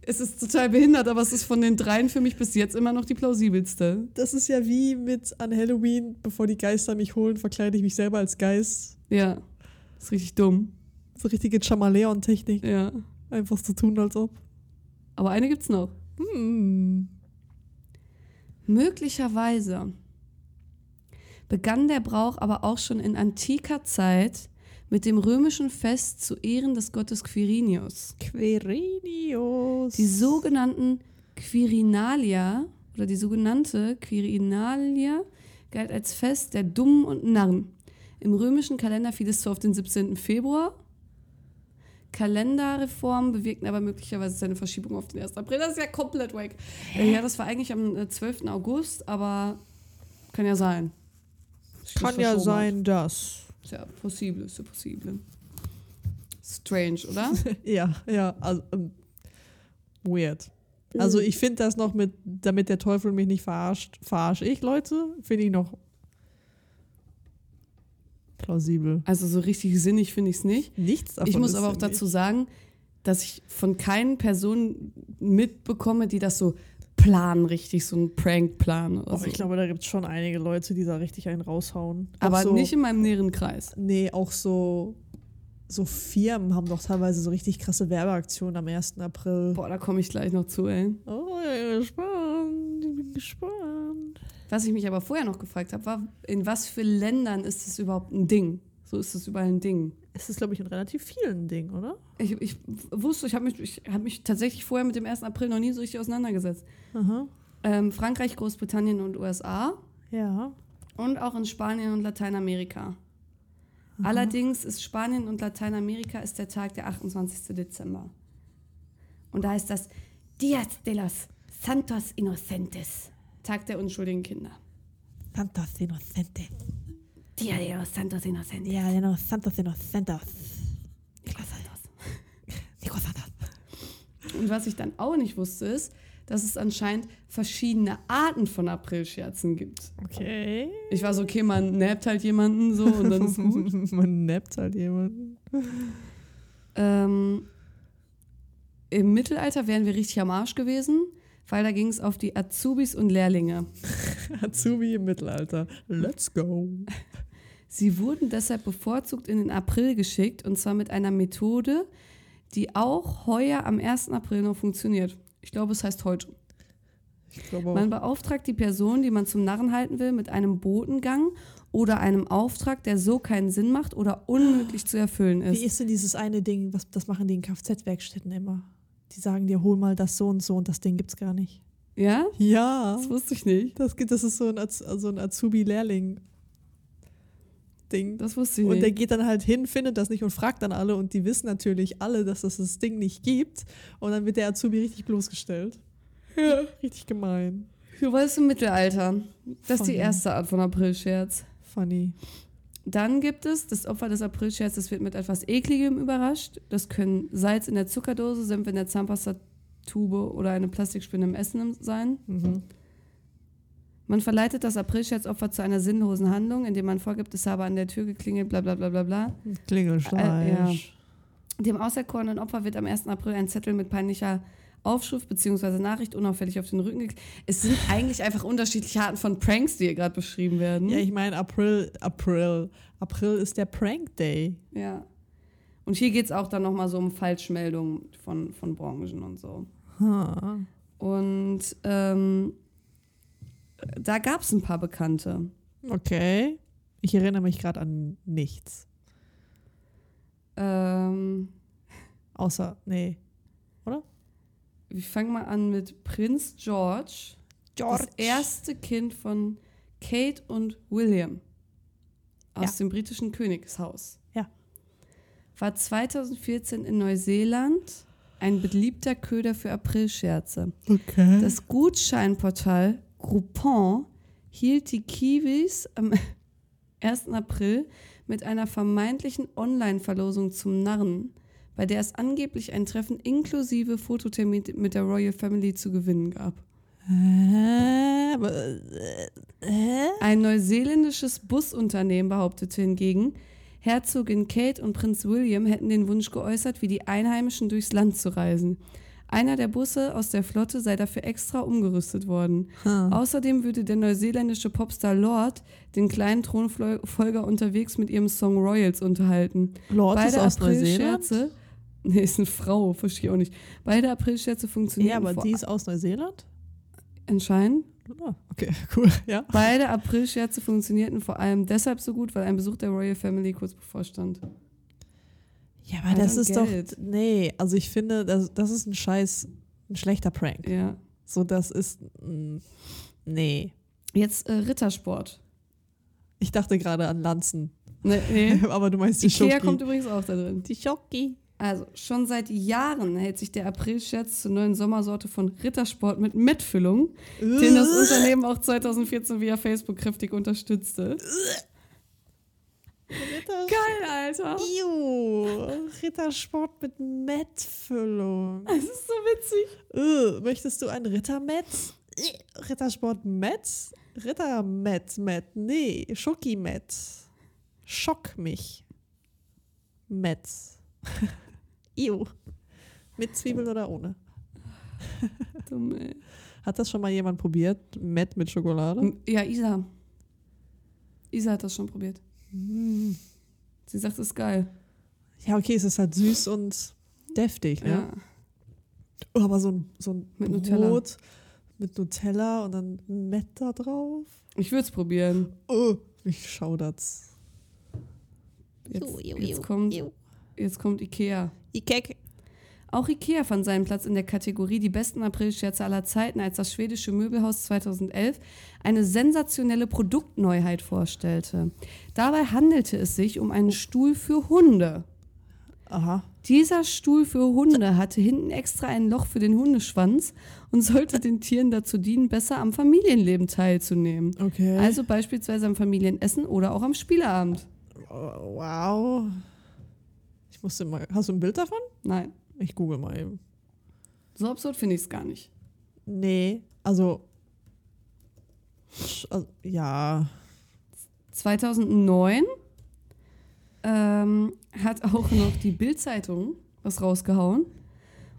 [SPEAKER 3] Es ist total behindert, aber es ist von den dreien für mich bis jetzt immer noch die plausibelste.
[SPEAKER 4] Das ist ja wie mit an Halloween, bevor die Geister mich holen, verkleide ich mich selber als Geist.
[SPEAKER 3] Ja. Ist richtig dumm.
[SPEAKER 4] So richtige Chamaleon-Technik.
[SPEAKER 3] Ja.
[SPEAKER 4] Einfach so tun, als ob.
[SPEAKER 3] Aber eine gibt's noch.
[SPEAKER 4] Hm.
[SPEAKER 3] Möglicherweise begann der Brauch aber auch schon in antiker Zeit mit dem römischen Fest zu Ehren des Gottes Quirinius.
[SPEAKER 4] Quirinius.
[SPEAKER 3] Die sogenannten Quirinalia oder die sogenannte Quirinalia galt als Fest der Dummen und Narren. Im römischen Kalender fiel es zwar auf den 17. Februar. Kalenderreformen bewirkten aber möglicherweise seine Verschiebung auf den 1. April. Das ist ja komplett weg. Äh, ja, das war eigentlich am äh, 12. August, aber kann ja sein. Dass sich das
[SPEAKER 4] Kann ja
[SPEAKER 3] verschoben hat.
[SPEAKER 4] sein, dass.
[SPEAKER 3] Ist ja possible, ist ja possible. Strange, oder?
[SPEAKER 4] Ja, ja, also ähm, weird.
[SPEAKER 3] Mhm.
[SPEAKER 4] Also ich finde das noch mit, damit der Teufel mich nicht verarscht, verarsche ich Leute, finde ich noch plausibel.
[SPEAKER 3] Also so richtig sinnig finde ich es nicht.
[SPEAKER 4] Nichts davon.
[SPEAKER 3] Ich muss
[SPEAKER 4] ist
[SPEAKER 3] aber auch
[SPEAKER 4] irgendwie-
[SPEAKER 3] dazu sagen, dass ich von keinen Personen mitbekomme, die das so planen, richtig, so einen Prank planen. Oder
[SPEAKER 4] Aber
[SPEAKER 3] so.
[SPEAKER 4] ich glaube, da gibt es schon einige Leute, die da richtig einen raushauen. Auch
[SPEAKER 3] aber
[SPEAKER 4] so,
[SPEAKER 3] nicht in meinem näheren Kreis.
[SPEAKER 4] Nee, auch so so Firmen haben doch teilweise so richtig krasse Werbeaktionen am 1. April.
[SPEAKER 3] Boah, da komme ich gleich noch zu, ey.
[SPEAKER 4] Oh, ich bin gespannt. Ich bin gespannt.
[SPEAKER 3] Was ich mich aber vorher noch gefragt habe, war, in was für Ländern ist das überhaupt ein Ding? So ist das überall ein Ding.
[SPEAKER 4] Es ist, glaube ich, in relativ vielen Dingen, oder?
[SPEAKER 3] Ich, ich wusste, ich habe mich, ich hab mich tatsächlich vorher mit dem 1. April noch nie so richtig auseinandergesetzt.
[SPEAKER 4] Aha.
[SPEAKER 3] Ähm, Frankreich, Großbritannien und USA
[SPEAKER 4] Ja.
[SPEAKER 3] und auch in Spanien und Lateinamerika. Allerdings ist Spanien und Lateinamerika ist der Tag der 28. Dezember. Und da ist das Dias de los Santos Inocentes, Tag der unschuldigen Kinder.
[SPEAKER 4] Santos Inocentes.
[SPEAKER 3] Dia de los Santos Inocentes.
[SPEAKER 4] Ja, genau. Santos
[SPEAKER 3] Los
[SPEAKER 4] Inocentes.
[SPEAKER 3] Santos.
[SPEAKER 4] Nico Santos.
[SPEAKER 3] Und was ich dann auch nicht wusste, ist, dass es anscheinend verschiedene Arten von Aprilscherzen gibt.
[SPEAKER 4] Okay.
[SPEAKER 3] Ich war so, okay, man nappt halt jemanden so und dann ist gut.
[SPEAKER 4] Man nappt halt jemanden.
[SPEAKER 3] Ähm, Im Mittelalter wären wir richtig am Arsch gewesen, weil da ging es auf die Azubis und Lehrlinge.
[SPEAKER 4] Azubi im Mittelalter. Let's go.
[SPEAKER 3] Sie wurden deshalb bevorzugt in den April geschickt und zwar mit einer Methode, die auch heuer am 1. April noch funktioniert. Ich glaube, es heißt heute.
[SPEAKER 4] Ich glaube auch.
[SPEAKER 3] Man beauftragt die Person, die man zum Narren halten will, mit einem Botengang oder einem Auftrag, der so keinen Sinn macht oder unmöglich zu erfüllen
[SPEAKER 4] Wie
[SPEAKER 3] ist.
[SPEAKER 4] ist denn dieses eine Ding, was, das machen die in Kfz-Werkstätten immer? Die sagen dir, hol mal das so und so und das Ding gibt's gar nicht.
[SPEAKER 3] Ja?
[SPEAKER 4] Ja.
[SPEAKER 3] Das wusste ich nicht.
[SPEAKER 4] Das, gibt, das ist so ein, Az- so ein Azubi-Lehrling-Ding.
[SPEAKER 3] Das wusste ich
[SPEAKER 4] Und der
[SPEAKER 3] nicht.
[SPEAKER 4] geht dann halt hin, findet das nicht und fragt dann alle und die wissen natürlich alle, dass es das Ding nicht gibt. Und dann wird der Azubi richtig bloßgestellt. Ja. Richtig gemein.
[SPEAKER 3] Du warst im Mittelalter. Das ist die
[SPEAKER 4] Funny.
[SPEAKER 3] erste Art von Aprilscherz.
[SPEAKER 4] Funny.
[SPEAKER 3] Dann gibt es, das Opfer des Aprilscherzes wird mit etwas Ekligem überrascht. Das können Salz in der Zuckerdose, Senf in der Zahnpastatube oder eine Plastikspinne im Essen im- sein.
[SPEAKER 4] Mhm.
[SPEAKER 3] Man verleitet das Aprilscherzopfer zu einer sinnlosen Handlung, indem man vorgibt, es habe an der Tür geklingelt, bla bla bla bla bla.
[SPEAKER 4] Klingelschleich.
[SPEAKER 3] Dem auserkorenen Opfer wird am 1. April ein Zettel mit peinlicher Aufschrift bzw. Nachricht unauffällig auf den Rücken geklebt. Es sind eigentlich einfach unterschiedliche Arten von Pranks, die hier gerade beschrieben werden.
[SPEAKER 4] ja, ich meine, April, April. April ist der Prank Day.
[SPEAKER 3] Ja. Und hier geht es auch dann nochmal so um Falschmeldungen von, von Branchen und so.
[SPEAKER 4] Ha.
[SPEAKER 3] Und ähm, da gab es ein paar Bekannte.
[SPEAKER 4] Okay. Ich erinnere mich gerade an nichts.
[SPEAKER 3] Ähm,
[SPEAKER 4] Außer, nee.
[SPEAKER 3] ich fange mal an mit Prinz George, das erste Kind von Kate und William aus
[SPEAKER 4] Ja.
[SPEAKER 3] dem britischen Königshaus.
[SPEAKER 4] Ja.
[SPEAKER 3] War 2014 in Neuseeland ein beliebter Köder für Aprilscherze.
[SPEAKER 4] Okay.
[SPEAKER 3] Das Gutscheinportal Groupon hielt die Kiwis am 1. April mit einer vermeintlichen Online-Verlosung zum Narren, bei der es angeblich ein Treffen inklusive Fototermin mit der Royal Family zu gewinnen gab.
[SPEAKER 4] Hä? Aber, äh, hä?
[SPEAKER 3] Ein neuseeländisches Busunternehmen behauptete hingegen, Herzogin Kate und Prinz William hätten den Wunsch geäußert, wie die Einheimischen durchs Land zu reisen. Einer der Busse aus der Flotte sei dafür extra umgerüstet worden. Außerdem würde der neuseeländische Popstar Lord den kleinen Thronfolger unterwegs mit ihrem Song Royals unterhalten.
[SPEAKER 4] Lord ist
[SPEAKER 3] Beide
[SPEAKER 4] aus Neuseeland.
[SPEAKER 3] Aprilscherze. Nee, ist eine Frau, verstehe ich auch nicht. Beide Aprilscherze
[SPEAKER 4] Ja,
[SPEAKER 3] funktionieren
[SPEAKER 4] aber
[SPEAKER 3] vor-
[SPEAKER 4] die ist aus Neuseeland?
[SPEAKER 3] anscheinend.
[SPEAKER 4] Ah, okay, cool. Ja.
[SPEAKER 3] Beide Aprilscherze funktionierten vor allem deshalb so gut, weil ein Besuch der Royal Family kurz bevorstand.
[SPEAKER 4] Ja, aber
[SPEAKER 3] Halt
[SPEAKER 4] das
[SPEAKER 3] am
[SPEAKER 4] ist
[SPEAKER 3] Geld.
[SPEAKER 4] doch. Nee, also ich finde, das, das ist ein scheiß, ein schlechter Prank.
[SPEAKER 3] Ja.
[SPEAKER 4] So, das ist. mm, Nee.
[SPEAKER 3] Jetzt äh, Rittersport.
[SPEAKER 4] Ich dachte gerade an Lanzen.
[SPEAKER 3] Nee, nee.
[SPEAKER 4] aber du meinst die
[SPEAKER 3] Ikea
[SPEAKER 4] Schoki.
[SPEAKER 3] kommt übrigens auch da drin.
[SPEAKER 4] die Schoki.
[SPEAKER 3] Also, schon seit Jahren hält sich der Aprilscherz zur neuen Sommersorte von Rittersport mit Mitfüllung, den das Unternehmen auch 2014 via Facebook kräftig unterstützte. Geil, Alter.
[SPEAKER 4] Iu, Rittersport mit Mettfüllung.
[SPEAKER 3] Das ist so witzig.
[SPEAKER 4] Äh, möchtest du ein Rittermetz? Äh, Rittersport Metz? Rittermetz, Met. Nee, Schokimetz. Schock mich. Metz. Iu. Mit Zwiebeln oder ohne?
[SPEAKER 3] Dumm, ey.
[SPEAKER 4] Hat das schon mal jemand probiert? Met mit Schokolade?
[SPEAKER 3] Ja, Isa. Isa hat das schon probiert. Sie sagt, es ist geil.
[SPEAKER 4] Hm. Ja, okay, es ist halt süß und deftig, ne?
[SPEAKER 3] Ja.
[SPEAKER 4] Oh, Aber so ein, so ein
[SPEAKER 3] Mit
[SPEAKER 4] Brot
[SPEAKER 3] Nutella.
[SPEAKER 4] mit Nutella und dann Mett da drauf.
[SPEAKER 3] Ich würde es probieren.
[SPEAKER 4] Oh, ich schaudert's.
[SPEAKER 3] Jetzt,
[SPEAKER 1] Ju, ju,
[SPEAKER 3] jetzt,
[SPEAKER 1] ju,
[SPEAKER 3] kommt,
[SPEAKER 1] ju.
[SPEAKER 3] jetzt kommt Ikea.
[SPEAKER 1] Ikea.
[SPEAKER 3] Auch Ikea fand seinen Platz in der Kategorie Die besten Aprilscherze aller Zeiten, als das schwedische Möbelhaus 2011 eine sensationelle Produktneuheit vorstellte. Dabei handelte es sich um einen Stuhl für Hunde.
[SPEAKER 4] Aha.
[SPEAKER 3] Dieser Stuhl für Hunde hatte hinten extra ein Loch für den Hundeschwanz und sollte den Tieren dazu dienen, besser am Familienleben teilzunehmen.
[SPEAKER 4] Okay.
[SPEAKER 3] Also beispielsweise am Familienessen oder auch am Spieleabend.
[SPEAKER 4] Oh, wow. Ich musste mal. Hast du ein Bild davon?
[SPEAKER 3] Nein,
[SPEAKER 4] Ich google mal eben.
[SPEAKER 3] so absurd finde ich es gar nicht.
[SPEAKER 4] Nee, also. Sch- also ja.
[SPEAKER 3] 2009 ähm, hat auch noch die Bild-Zeitung was rausgehauen.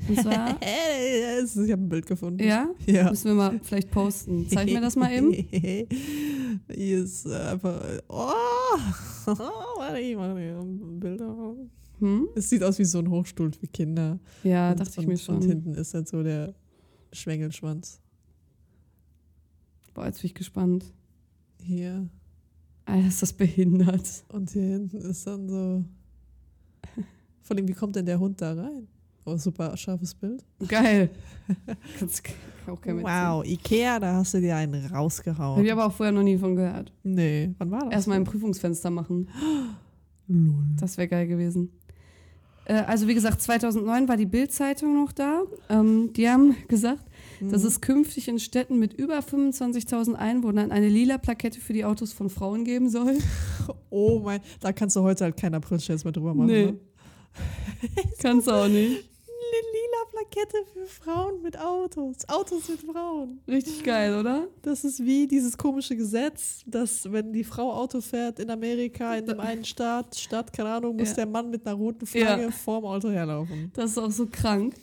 [SPEAKER 3] Und zwar,
[SPEAKER 4] Äh, es ist- Ich habe ein Bild gefunden.
[SPEAKER 3] ja,
[SPEAKER 4] Ja.
[SPEAKER 3] müssen wir mal vielleicht posten. Zeig mir das mal eben.
[SPEAKER 4] Hier ist äh, einfach. Oh! Warte, ich mache hier ein Bild. auf.
[SPEAKER 3] Hm?
[SPEAKER 4] Es sieht aus wie so ein Hochstuhl für Kinder.
[SPEAKER 3] Ja,
[SPEAKER 4] Und-
[SPEAKER 3] dachte ich
[SPEAKER 4] und,
[SPEAKER 3] mir
[SPEAKER 4] Und
[SPEAKER 3] schon.
[SPEAKER 4] hinten ist halt so der Schwengelschwanz.
[SPEAKER 3] Boah, jetzt bin ich gespannt.
[SPEAKER 4] Hier.
[SPEAKER 3] Alter, ist das behindert.
[SPEAKER 4] Und hier hinten ist dann so. Vor allem, wie kommt denn der Hund da rein? Oh, super scharfes Bild.
[SPEAKER 3] Geil. Kannst auch kein Mensch sehen.
[SPEAKER 4] wow, Ikea, da hast du dir einen
[SPEAKER 3] Hab
[SPEAKER 4] rausgehauen.
[SPEAKER 3] ich aber auch vorher noch nie von gehört.
[SPEAKER 4] nee, wann war das?
[SPEAKER 3] Erstmal ein Prüfungsfenster machen.
[SPEAKER 4] Lol.
[SPEAKER 3] Das wäre geil gewesen. Äh, Also wie gesagt, 2009 war die Bild-Zeitung noch da. Ähm, die haben gesagt, dass es künftig in Städten mit über 25.000 Einwohnern eine lila Plakette für die Autos von Frauen geben soll.
[SPEAKER 4] Oh mein, da kannst du heute halt keinen April-Scherz mehr drüber machen.
[SPEAKER 3] Nee.
[SPEAKER 4] Ne?
[SPEAKER 3] Kannst du auch nicht.
[SPEAKER 4] Eine lila Plakette für Frauen mit Autos. Autos mit Frauen.
[SPEAKER 3] Richtig geil, oder?
[SPEAKER 4] Das ist wie dieses komische Gesetz, dass wenn die Frau Auto fährt in Amerika, in dem einen Staat, Stadt, keine Ahnung, muss
[SPEAKER 3] Ja.
[SPEAKER 4] der Mann mit einer roten Flagge
[SPEAKER 3] Ja.
[SPEAKER 4] vorm Auto herlaufen.
[SPEAKER 3] Das ist auch so krank.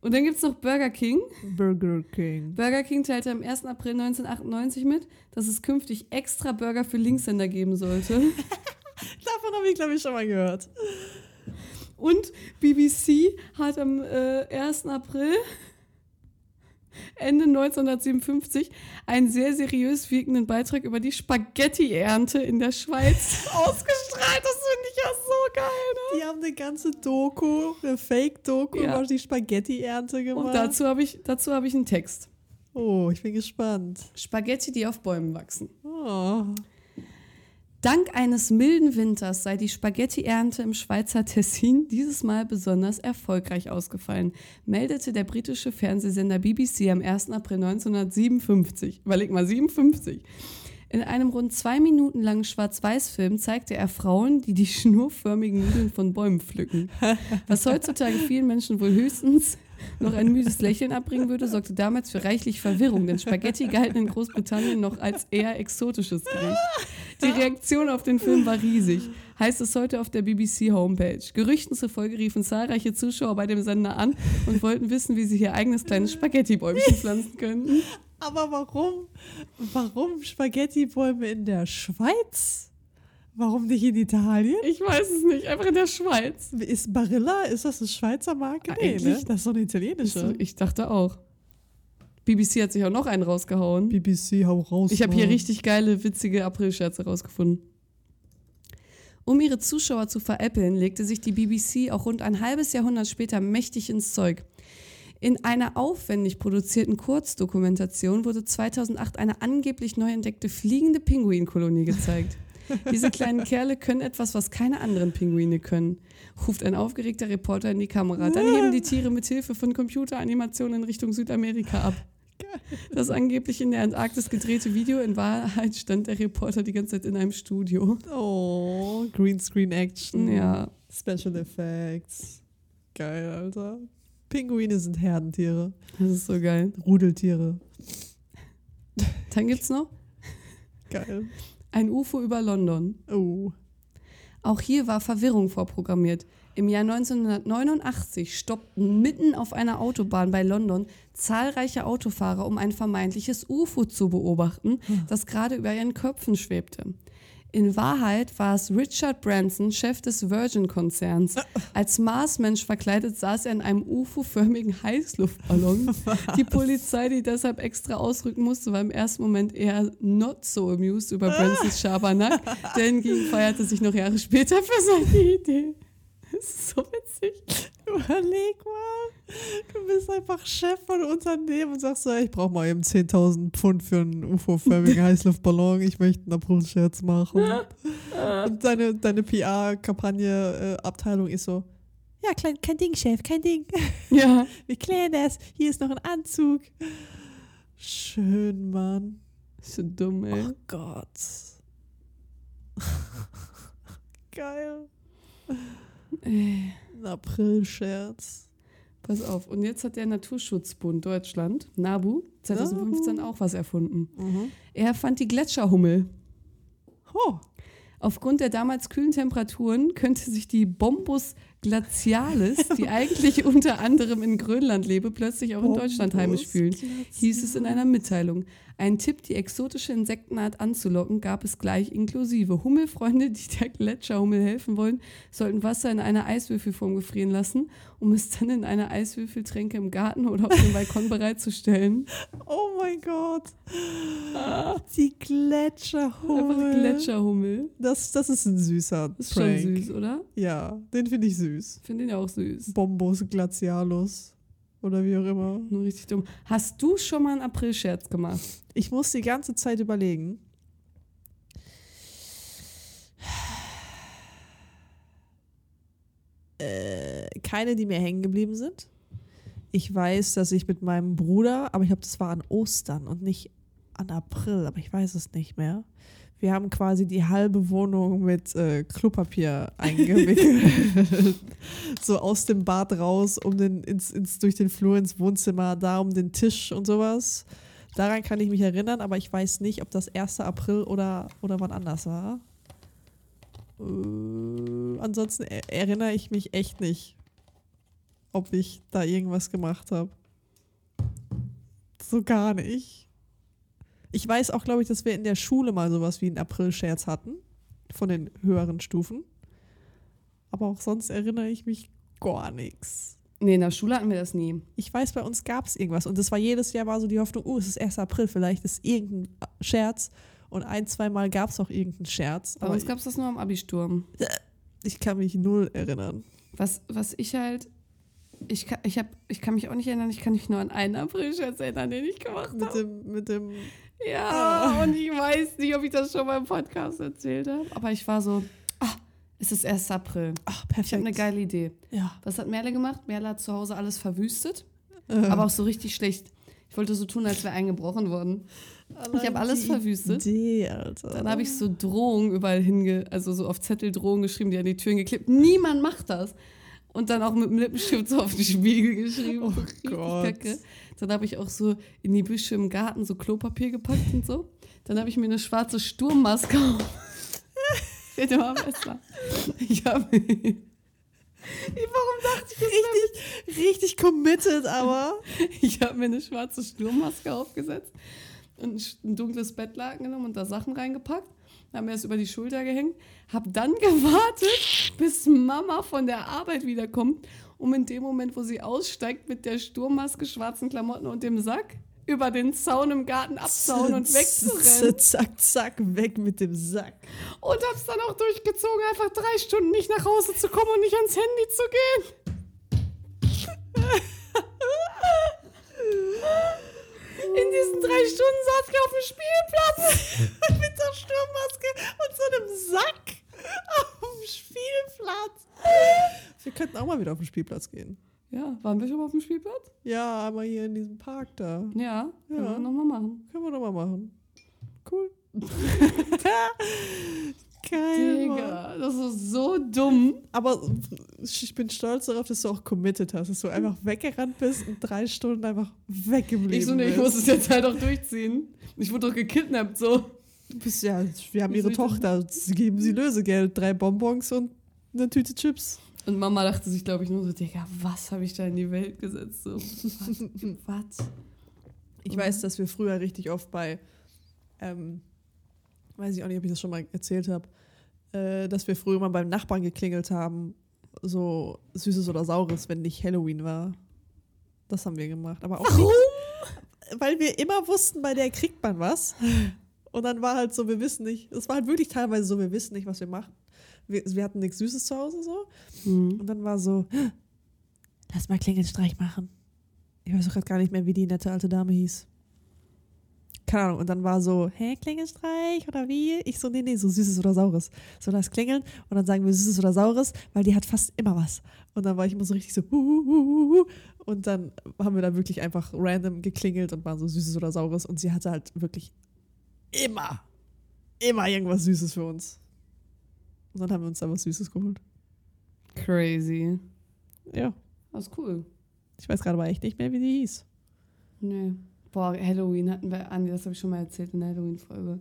[SPEAKER 3] Und dann gibt es noch Burger King.
[SPEAKER 4] Burger King.
[SPEAKER 3] Burger King teilte am 1. April 1998 mit, dass es künftig extra Burger für Linkshänder geben sollte.
[SPEAKER 4] Davon habe ich, glaube ich, schon mal gehört.
[SPEAKER 3] Und BBC hat am äh, 1. April Ende 1957 einen sehr seriös wirkenden Beitrag über die Spaghetti-Ernte in der Schweiz ausgestrahlt. Das finde ich ja so geil.
[SPEAKER 4] Die haben eine ganze Doku, eine Fake-Doku
[SPEAKER 3] Ja.
[SPEAKER 4] über die Spaghetti-Ernte
[SPEAKER 3] Ne?
[SPEAKER 4] gemacht.
[SPEAKER 3] Und dazu habe ich, dazu habe ich einen Text.
[SPEAKER 4] Oh, ich bin gespannt.
[SPEAKER 3] Spaghetti, die auf Bäumen wachsen.
[SPEAKER 4] Oh.
[SPEAKER 3] Dank eines milden Winters sei die Spaghetti-Ernte im Schweizer Tessin dieses Mal besonders erfolgreich ausgefallen, meldete der britische Fernsehsender BBC am 1. April 1957. Überleg mal, 57. In einem rund zwei Minuten langen Schwarz-Weiß-Film zeigte er Frauen, die die schnurförmigen Nudeln von Bäumen pflücken. Was heutzutage vielen Menschen wohl höchstens noch ein müdes Lächeln abbringen würde, sorgte damals für reichlich Verwirrung, denn Spaghetti galten in Großbritannien noch als eher exotisches Gericht. Die Reaktion auf den Film war riesig, heißt es heute auf der BBC-Homepage. Gerüchten zufolge riefen zahlreiche Zuschauer bei dem Sender an und wollten wissen, wie sie ihr eigenes kleines Spaghetti-Bäumchen pflanzen könnten.
[SPEAKER 4] Aber warum, warum Spaghetti-Bäume in der Schweiz? Warum nicht in Italien?
[SPEAKER 3] Ich weiß es nicht, einfach in der Schweiz.
[SPEAKER 4] Ist Barilla, ist das eine Schweizer Marke? Nee, ne?
[SPEAKER 3] Eigentlich-
[SPEAKER 4] Das ist so eine italienische.
[SPEAKER 3] Ich dachte auch. BBC hat sich auch noch einen rausgehauen.
[SPEAKER 4] BBC, hau raus.
[SPEAKER 3] Ich habe hier
[SPEAKER 4] Mann.
[SPEAKER 3] richtig geile, witzige Aprilscherze rausgefunden. Um ihre Zuschauer zu veräppeln, legte sich die BBC auch rund ein halbes Jahrhundert später mächtig ins Zeug. In einer aufwendig produzierten Kurzdokumentation wurde 2008 eine angeblich neu entdeckte fliegende Pinguinkolonie gezeigt. Diese kleinen Kerle können etwas, was keine anderen Pinguine können, ruft ein aufgeregter Reporter in die Kamera. Dann heben die Tiere mit Hilfe von Computeranimationen in Richtung Südamerika ab. Das angeblich in der Antarktis gedrehte Video, in Wahrheit stand der Reporter die ganze Zeit in einem Studio.
[SPEAKER 4] Oh, Greenscreen-Action.
[SPEAKER 3] Ja,
[SPEAKER 4] Special Effects. Geil, Alter. Pinguine sind Herdentiere,
[SPEAKER 3] das ist so geil.
[SPEAKER 4] Rudeltiere.
[SPEAKER 3] Dann gibt's noch
[SPEAKER 4] Geil.
[SPEAKER 3] ein UFO über London.
[SPEAKER 4] Oh.
[SPEAKER 3] Auch hier war Verwirrung vorprogrammiert. Im Jahr 1989 stoppten mitten auf einer Autobahn bei London zahlreiche Autofahrer, um ein vermeintliches UFO zu beobachten, das gerade über ihren Köpfen schwebte. in Wahrheit war es Richard Branson, Chef des Virgin-Konzerns. Als Marsmensch verkleidet saß er in einem UFO-förmigen Heißluftballon. Die Polizei, die deshalb extra ausrücken musste, war im ersten Moment eher not so amused über Bransons Schabernack, denn gegen feierte sich noch Jahre später für seine Idee. Das ist so witzig.
[SPEAKER 4] Überleg mal, du bist einfach Chef von einem Unternehmen und sagst so, ey, ich brauche mal eben 10.000 Pfund für einen UFO-förmigen Heißluftballon, ich möchte einen April-Scherz machen. und deine, deine PR-Kampagne-Abteilung ist so, ja, klein, kein Ding, Chef, kein Ding.
[SPEAKER 3] Ja.
[SPEAKER 4] Wir klären das. Hier ist noch ein Anzug. Schön, Mann.
[SPEAKER 3] So dumm, ey.
[SPEAKER 4] Oh Gott. Geil.
[SPEAKER 3] ey.
[SPEAKER 4] Ein April-Scherz.
[SPEAKER 3] Pass auf. Und jetzt hat der Naturschutzbund Deutschland, NABU, 2015 auch was erfunden. Er fand die Gletscherhummel.
[SPEAKER 4] Oh.
[SPEAKER 3] Aufgrund der damals kühlen Temperaturen könnte sich die Bombus glacialis, die eigentlich unter anderem in Grönland lebe, plötzlich auch in Deutschland heimisch fühlen, hieß es in einer Mitteilung. Ein Tipp, die exotische Insektenart anzulocken, gab es gleich inklusive. Hummelfreunde, die der Gletscherhummel helfen wollen, sollten Wasser in einer Eiswürfelform gefrieren lassen, um es dann in einer Eiswürfeltränke im Garten oder auf dem Balkon bereitzustellen.
[SPEAKER 4] Oh mein Gott. Die
[SPEAKER 3] Ah. Einfach
[SPEAKER 4] Gletscherhummel.
[SPEAKER 3] Gletscherhummel.
[SPEAKER 4] Das, das ist ein süßer
[SPEAKER 3] Ist
[SPEAKER 4] Prank.
[SPEAKER 3] schon süß, oder?
[SPEAKER 4] Ja, den finde ich süß.
[SPEAKER 3] Finde ihn ja auch süß.
[SPEAKER 4] Bombos glacialus. Oder wie auch immer.
[SPEAKER 3] Nur richtig dumm. Hast du schon mal einen April-Scherz gemacht?
[SPEAKER 4] Ich muss die ganze Zeit überlegen. Äh, keine, die mir hängen geblieben sind. Ich weiß, dass ich mit meinem Bruder, aber ich glaube, das war an Ostern und nicht an April, aber ich weiß es nicht mehr. Wir haben quasi die halbe Wohnung mit äh, Klopapier eingewickelt. so aus dem Bad raus, um den, ins, ins, durch den Flur ins Wohnzimmer, da um den Tisch und sowas. Daran kann ich mich erinnern, aber ich weiß nicht, ob das 1. April oder, oder wann anders war. Äh, ansonsten er erinnere ich mich echt nicht, ob ich da irgendwas gemacht habe. So gar nicht. Ich weiß auch, glaube ich, dass wir in der Schule mal sowas wie einen April-Scherz hatten. Von den höheren Stufen. Aber auch sonst erinnere ich mich gar nichts.
[SPEAKER 3] Nee, in der Schule hatten wir das nie.
[SPEAKER 4] Ich weiß, bei uns gab es irgendwas. Und das war jedes Jahr war so die Hoffnung, oh, es ist 1. April, vielleicht ist irgendein Scherz. Und ein, zweimal gab es auch irgendeinen Scherz.
[SPEAKER 3] Bei
[SPEAKER 4] Aber
[SPEAKER 3] uns
[SPEAKER 4] ich,
[SPEAKER 3] gab es das nur am Abisturm.
[SPEAKER 4] ich kann mich null erinnern.
[SPEAKER 3] Was, was ich halt. Ich kann, ich, hab, ich kann mich auch nicht erinnern, ich kann mich nur an einen April-Scherz erinnern, den ich gemacht
[SPEAKER 4] Mit
[SPEAKER 3] habe.
[SPEAKER 4] dem, mit dem,
[SPEAKER 3] Ja, und ich weiß nicht, ob ich das schon mal im Podcast erzählt habe. Aber ich war so, ah, es ist 1. April.
[SPEAKER 4] ach,
[SPEAKER 3] Ich habe
[SPEAKER 4] perfekt.
[SPEAKER 3] eine geile Idee.
[SPEAKER 4] ja.
[SPEAKER 3] Was hat Merle gemacht? Merle hat zu Hause alles verwüstet,
[SPEAKER 4] Äh,
[SPEAKER 3] aber auch so richtig schlecht. Ich wollte so tun, als wäre eingebrochen worden. Ich habe alles verwüstet.
[SPEAKER 4] Idee, Alter.
[SPEAKER 3] Dann habe ich so Drohungen überall hinge, also so auf Zettel Drohungen geschrieben, die an die Türen geklebt. Niemand macht das. Und dann auch mit dem Lippenstift so auf den Spiegel geschrieben. Oh
[SPEAKER 4] Gott.
[SPEAKER 3] Dann habe ich auch so in die Büsche im Garten so Klopapier gepackt und so. Dann habe ich mir eine schwarze Sturmmaske auf. Seht ihr mal besser. Ich habe
[SPEAKER 4] warum dachte ich richtig, richtig committed, aber.
[SPEAKER 3] Ich habe mir eine schwarze Sturmmaske aufgesetzt und ein sch- ein dunkles Bettlaken genommen und da Sachen reingepackt. Dann mir das über die Schulter gehängt. Hab dann gewartet, bis Mama von der Arbeit wiederkommt, um in dem Moment, wo sie aussteigt, mit der Sturmmaske, schwarzen Klamotten und dem Sack über den Zaun im Garten abzauen und wegzurennen.
[SPEAKER 4] Zack, zack, weg mit dem Sack.
[SPEAKER 3] Und hab's dann auch durchgezogen, einfach drei Stunden nicht nach Hause zu kommen und nicht ans Handy zu gehen. In diesen drei Stunden saß ich auf dem Spielplatz.
[SPEAKER 4] mit der Sturmmaske und so einem Sack auf dem Spielplatz. Wir könnten auch mal wieder auf den Spielplatz gehen.
[SPEAKER 3] Ja, waren wir schon mal auf dem Spielplatz?
[SPEAKER 4] Ja, einmal hier in diesem Park da.
[SPEAKER 3] Ja,
[SPEAKER 4] Ja.
[SPEAKER 3] können wir nochmal machen.
[SPEAKER 4] Können wir doch mal machen. Cool. Geil. Mann.
[SPEAKER 3] Digga, das ist so dumm.
[SPEAKER 4] Aber ich bin stolz darauf, dass du auch committed hast, dass du einfach weggerannt bist und drei Stunden einfach weggeblieben
[SPEAKER 3] Ich so, nee, ich muss
[SPEAKER 4] bist.
[SPEAKER 3] es jetzt halt auch durchziehen. Ich wurde doch gekidnappt, so.
[SPEAKER 4] Du bist ja, wir haben
[SPEAKER 3] Wie
[SPEAKER 4] ihre
[SPEAKER 3] soll ich das-
[SPEAKER 4] Tochter, sie geben sie Lösegeld, drei Bonbons und eine Tüte Chips.
[SPEAKER 3] Und Mama dachte sich, glaube ich, nur so, Digga, was habe ich da in die Welt gesetzt? So, was? Mhm.
[SPEAKER 4] Ich weiß, dass wir früher richtig oft bei ähm, weiß ich auch nicht, ob ich das schon mal erzählt habe, äh, dass wir früher mal beim Nachbarn geklingelt haben, so Süßes oder Saures, wenn nicht Halloween war. Das haben wir gemacht. Aber auch Warum? Nicht, weil wir immer wussten, bei der kriegt man was. Und dann war halt so, wir wissen nicht. Es war halt wirklich teilweise so, wir wissen nicht, was wir machen. Wir, wir hatten nichts Süßes zu Hause so.
[SPEAKER 3] Hm.
[SPEAKER 4] Und dann war so, lass mal Klingelstreich machen. Ich weiß auch gerade gar nicht mehr, wie die nette alte Dame hieß. Keine Ahnung. Und dann war so, hä, Klingelstreich oder wie? Ich so, nee, nee, so süßes oder saures. So, lass klingeln und dann sagen wir süßes oder saures, weil die hat fast immer was. Und dann war ich immer so richtig so, hu, hu, hu, hu, hu. Und dann haben wir da wirklich einfach random geklingelt und waren so süßes oder saures. Und sie hatte halt wirklich immer, immer irgendwas Süßes für uns. Und dann haben wir uns da was Süßes geholt.
[SPEAKER 3] Crazy.
[SPEAKER 4] Ja.
[SPEAKER 3] Das ist cool.
[SPEAKER 4] Ich weiß gerade aber echt nicht mehr, wie die hieß.
[SPEAKER 3] Nee. Boah, Halloween hatten wir, Andi, das habe ich schon mal erzählt in der Halloween-Folge.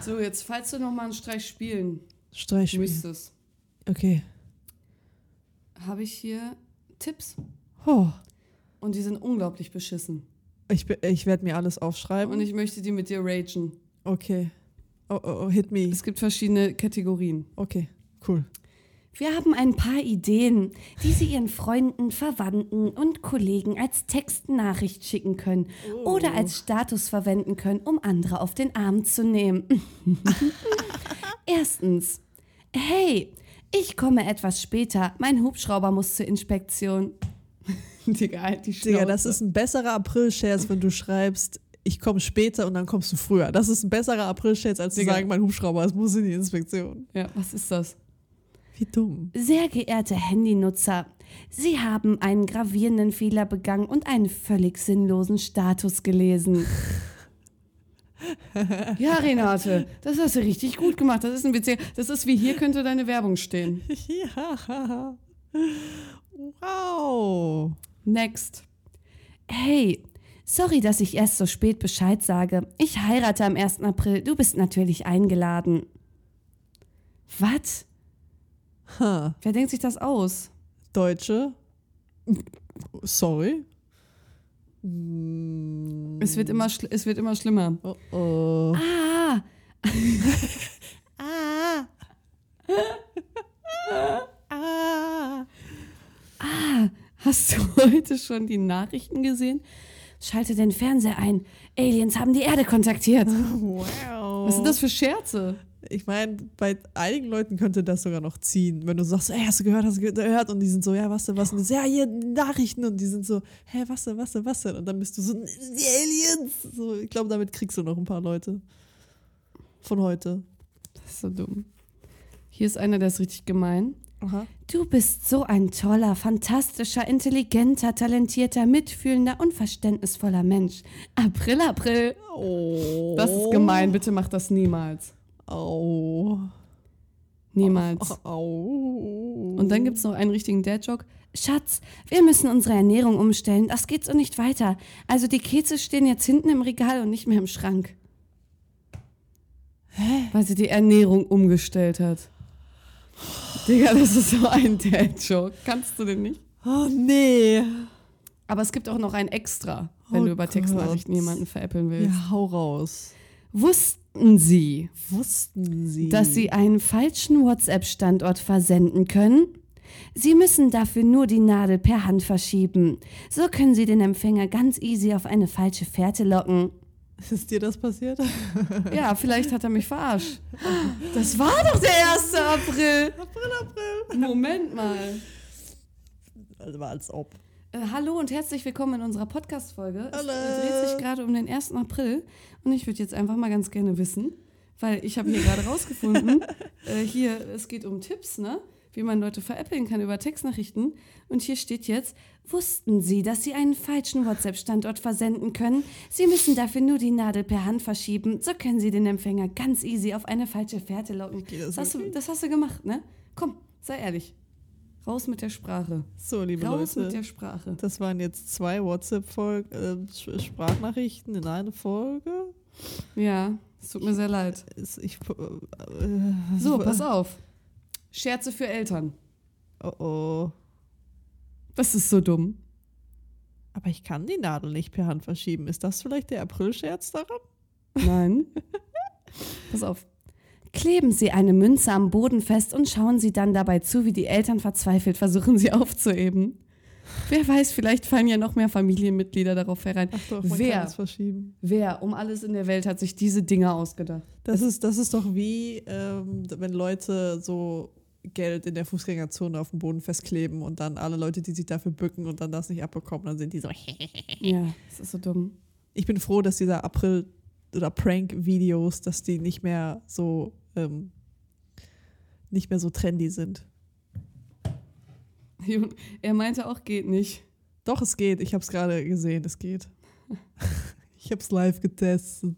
[SPEAKER 3] so, jetzt, falls du nochmal einen Streich spielen
[SPEAKER 4] Streichspiel.
[SPEAKER 3] müsstest,
[SPEAKER 4] Okay.
[SPEAKER 3] habe ich hier Tipps
[SPEAKER 4] Oh,
[SPEAKER 3] und die sind unglaublich beschissen.
[SPEAKER 4] ich be- ich werde mir alles aufschreiben.
[SPEAKER 3] Und ich möchte die mit dir ragen.
[SPEAKER 4] okay. Oh, oh, oh, hit me.
[SPEAKER 3] Es gibt verschiedene Kategorien.
[SPEAKER 4] Okay, cool.
[SPEAKER 3] Wir haben ein paar Ideen, die Sie Ihren Freunden, Verwandten und Kollegen als Textnachricht schicken können
[SPEAKER 4] Oh.
[SPEAKER 3] oder als Status verwenden können, um andere auf den Arm zu nehmen. Erstens, hey, ich komme etwas später, mein Hubschrauber muss zur Inspektion. Digga, halt die Schnauze.
[SPEAKER 4] Digga, das ist ein besserer April-Scherz, wenn du schreibst, ich komme später und dann kommst du früher. Das ist ein besserer April-Scherz, als
[SPEAKER 3] Digga.
[SPEAKER 4] zu sagen, mein Hubschrauber, es muss in die Inspektion.
[SPEAKER 3] Ja, was ist das?
[SPEAKER 4] Wie dumm.
[SPEAKER 5] Sehr geehrte Handynutzer, Sie haben einen gravierenden Fehler begangen und einen völlig sinnlosen Status gelesen.
[SPEAKER 3] Ja, Renate, das hast du richtig gut gemacht. Das ist ein WC. Das ist wie hier könnte deine Werbung stehen.
[SPEAKER 4] ja. Wow.
[SPEAKER 3] Next.
[SPEAKER 5] Hey, sorry, dass ich erst so spät Bescheid sage. Ich heirate am 1. April. Du bist natürlich eingeladen.
[SPEAKER 3] Was?
[SPEAKER 4] Ha.
[SPEAKER 3] Wer denkt sich das aus?
[SPEAKER 4] Deutsche. Sorry. Mm.
[SPEAKER 3] Es wird immer, schl- es wird immer schlimmer.
[SPEAKER 4] Oh oh.
[SPEAKER 3] Ah,
[SPEAKER 4] Ah. ah.
[SPEAKER 3] Ah. hast du heute schon die Nachrichten gesehen?
[SPEAKER 5] Schalte den Fernseher ein. Aliens haben die Erde kontaktiert.
[SPEAKER 4] Wow.
[SPEAKER 3] Was sind das für Scherze?
[SPEAKER 4] Ich meine, bei einigen Leuten könnte das sogar noch ziehen, wenn du sagst, ey, hast du gehört, hast du gehört? Und die sind so, ja, was denn, was denn? Ja, hier Nachrichten und die sind so, hä, was denn, was denn, was denn? Und dann bist du so, die Aliens. So, ich glaube, damit kriegst du noch ein paar Leute von heute.
[SPEAKER 3] Das ist so dumm. Hier ist einer, der ist richtig gemein.
[SPEAKER 4] Aha.
[SPEAKER 5] Du bist so ein toller, fantastischer, intelligenter, talentierter, mitfühlender und verständnisvoller Mensch. April, April.
[SPEAKER 4] Oh.
[SPEAKER 3] Das ist gemein. Bitte mach das niemals.
[SPEAKER 4] Au.
[SPEAKER 3] Niemals.
[SPEAKER 4] Au.
[SPEAKER 3] Und dann gibt es noch einen richtigen Dad-Joke.
[SPEAKER 5] Schatz, wir müssen unsere Ernährung umstellen. Das geht so nicht weiter. Also die Kekse stehen jetzt hinten im Regal und nicht mehr im Schrank.
[SPEAKER 3] Weil sie die Ernährung umgestellt hat. Digga, das ist so ein Dad-Joke. Kannst du den nicht?
[SPEAKER 4] Oh, nee.
[SPEAKER 3] Aber es gibt auch noch ein Extra, wenn
[SPEAKER 4] Oh
[SPEAKER 3] du über
[SPEAKER 4] Gott.
[SPEAKER 3] Textnachrichten jemanden veräppeln willst.
[SPEAKER 4] Ja, hau raus.
[SPEAKER 5] Wussten Sie,
[SPEAKER 4] Wussten sie.
[SPEAKER 5] dass Sie einen falschen WhatsApp-Standort versenden können? Sie müssen dafür nur die Nadel per Hand verschieben. So können Sie den Empfänger ganz easy auf eine falsche Fährte locken.
[SPEAKER 4] Ist dir das passiert?
[SPEAKER 3] Ja, vielleicht hat er mich verarscht. Das war doch der 1. April.
[SPEAKER 4] April, April.
[SPEAKER 3] Moment mal.
[SPEAKER 4] Also war als ob.
[SPEAKER 3] Äh, hallo und herzlich willkommen in unserer Podcast-Folge. Es äh,
[SPEAKER 4] Hallo.
[SPEAKER 3] dreht sich gerade um den 1. April und ich würde jetzt einfach mal ganz gerne wissen, weil ich habe hier gerade rausgefunden, äh, hier, es geht um Tipps, ne? wie man Leute veräppeln kann über Textnachrichten. Und hier steht jetzt,
[SPEAKER 5] Wussten Sie, dass Sie einen falschen WhatsApp-Standort versenden können? Sie müssen dafür nur die Nadel per Hand verschieben. So können Sie den Empfänger ganz easy auf eine falsche Fährte locken.
[SPEAKER 4] Okay,
[SPEAKER 3] das
[SPEAKER 4] das ist
[SPEAKER 3] hast, du,
[SPEAKER 4] okay.
[SPEAKER 3] das hast du gemacht, ne? Komm, sei ehrlich. Raus mit der Sprache.
[SPEAKER 4] So, liebe
[SPEAKER 3] Raus mit der
[SPEAKER 4] Leute.
[SPEAKER 3] Sprache.
[SPEAKER 4] Das waren jetzt zwei WhatsApp-Sprachnachrichten in einer Folge.
[SPEAKER 3] Ja, es tut mir sehr leid.
[SPEAKER 4] Ist- Ich, äh,
[SPEAKER 3] So, pass auf. Scherze für Eltern.
[SPEAKER 4] oh, oh.
[SPEAKER 3] Das ist so dumm.
[SPEAKER 4] Aber ich kann die Nadel nicht per Hand verschieben. Ist das vielleicht der April-Scherz daran?
[SPEAKER 5] Nein. Pass auf. Kleben Sie eine Münze am Boden fest und schauen Sie dann dabei zu, wie die Eltern verzweifelt versuchen, sie aufzuheben. Wer weiß, vielleicht fallen ja noch mehr Familienmitglieder darauf herein.
[SPEAKER 4] Ach doch, man
[SPEAKER 5] Wer?
[SPEAKER 4] kann es verschieben.
[SPEAKER 5] Wer um alles in der Welt hat sich diese Dinge ausgedacht?
[SPEAKER 4] Das ist, das ist doch wie, ähm, wenn Leute so Geld in der Fußgängerzone auf dem Boden festkleben und dann alle Leute, die sich dafür bücken und dann das nicht abbekommen, dann sind die so.
[SPEAKER 5] Ja, das ist so dumm.
[SPEAKER 4] Ich bin froh, dass dieser April- oder Prank-Videos, dass die nicht mehr so ähm, nicht mehr so trendy sind.
[SPEAKER 3] Jun- Er meinte auch, geht nicht.
[SPEAKER 4] Doch, es geht. Ich habe es gerade gesehen. Es geht. ich habe es live getestet.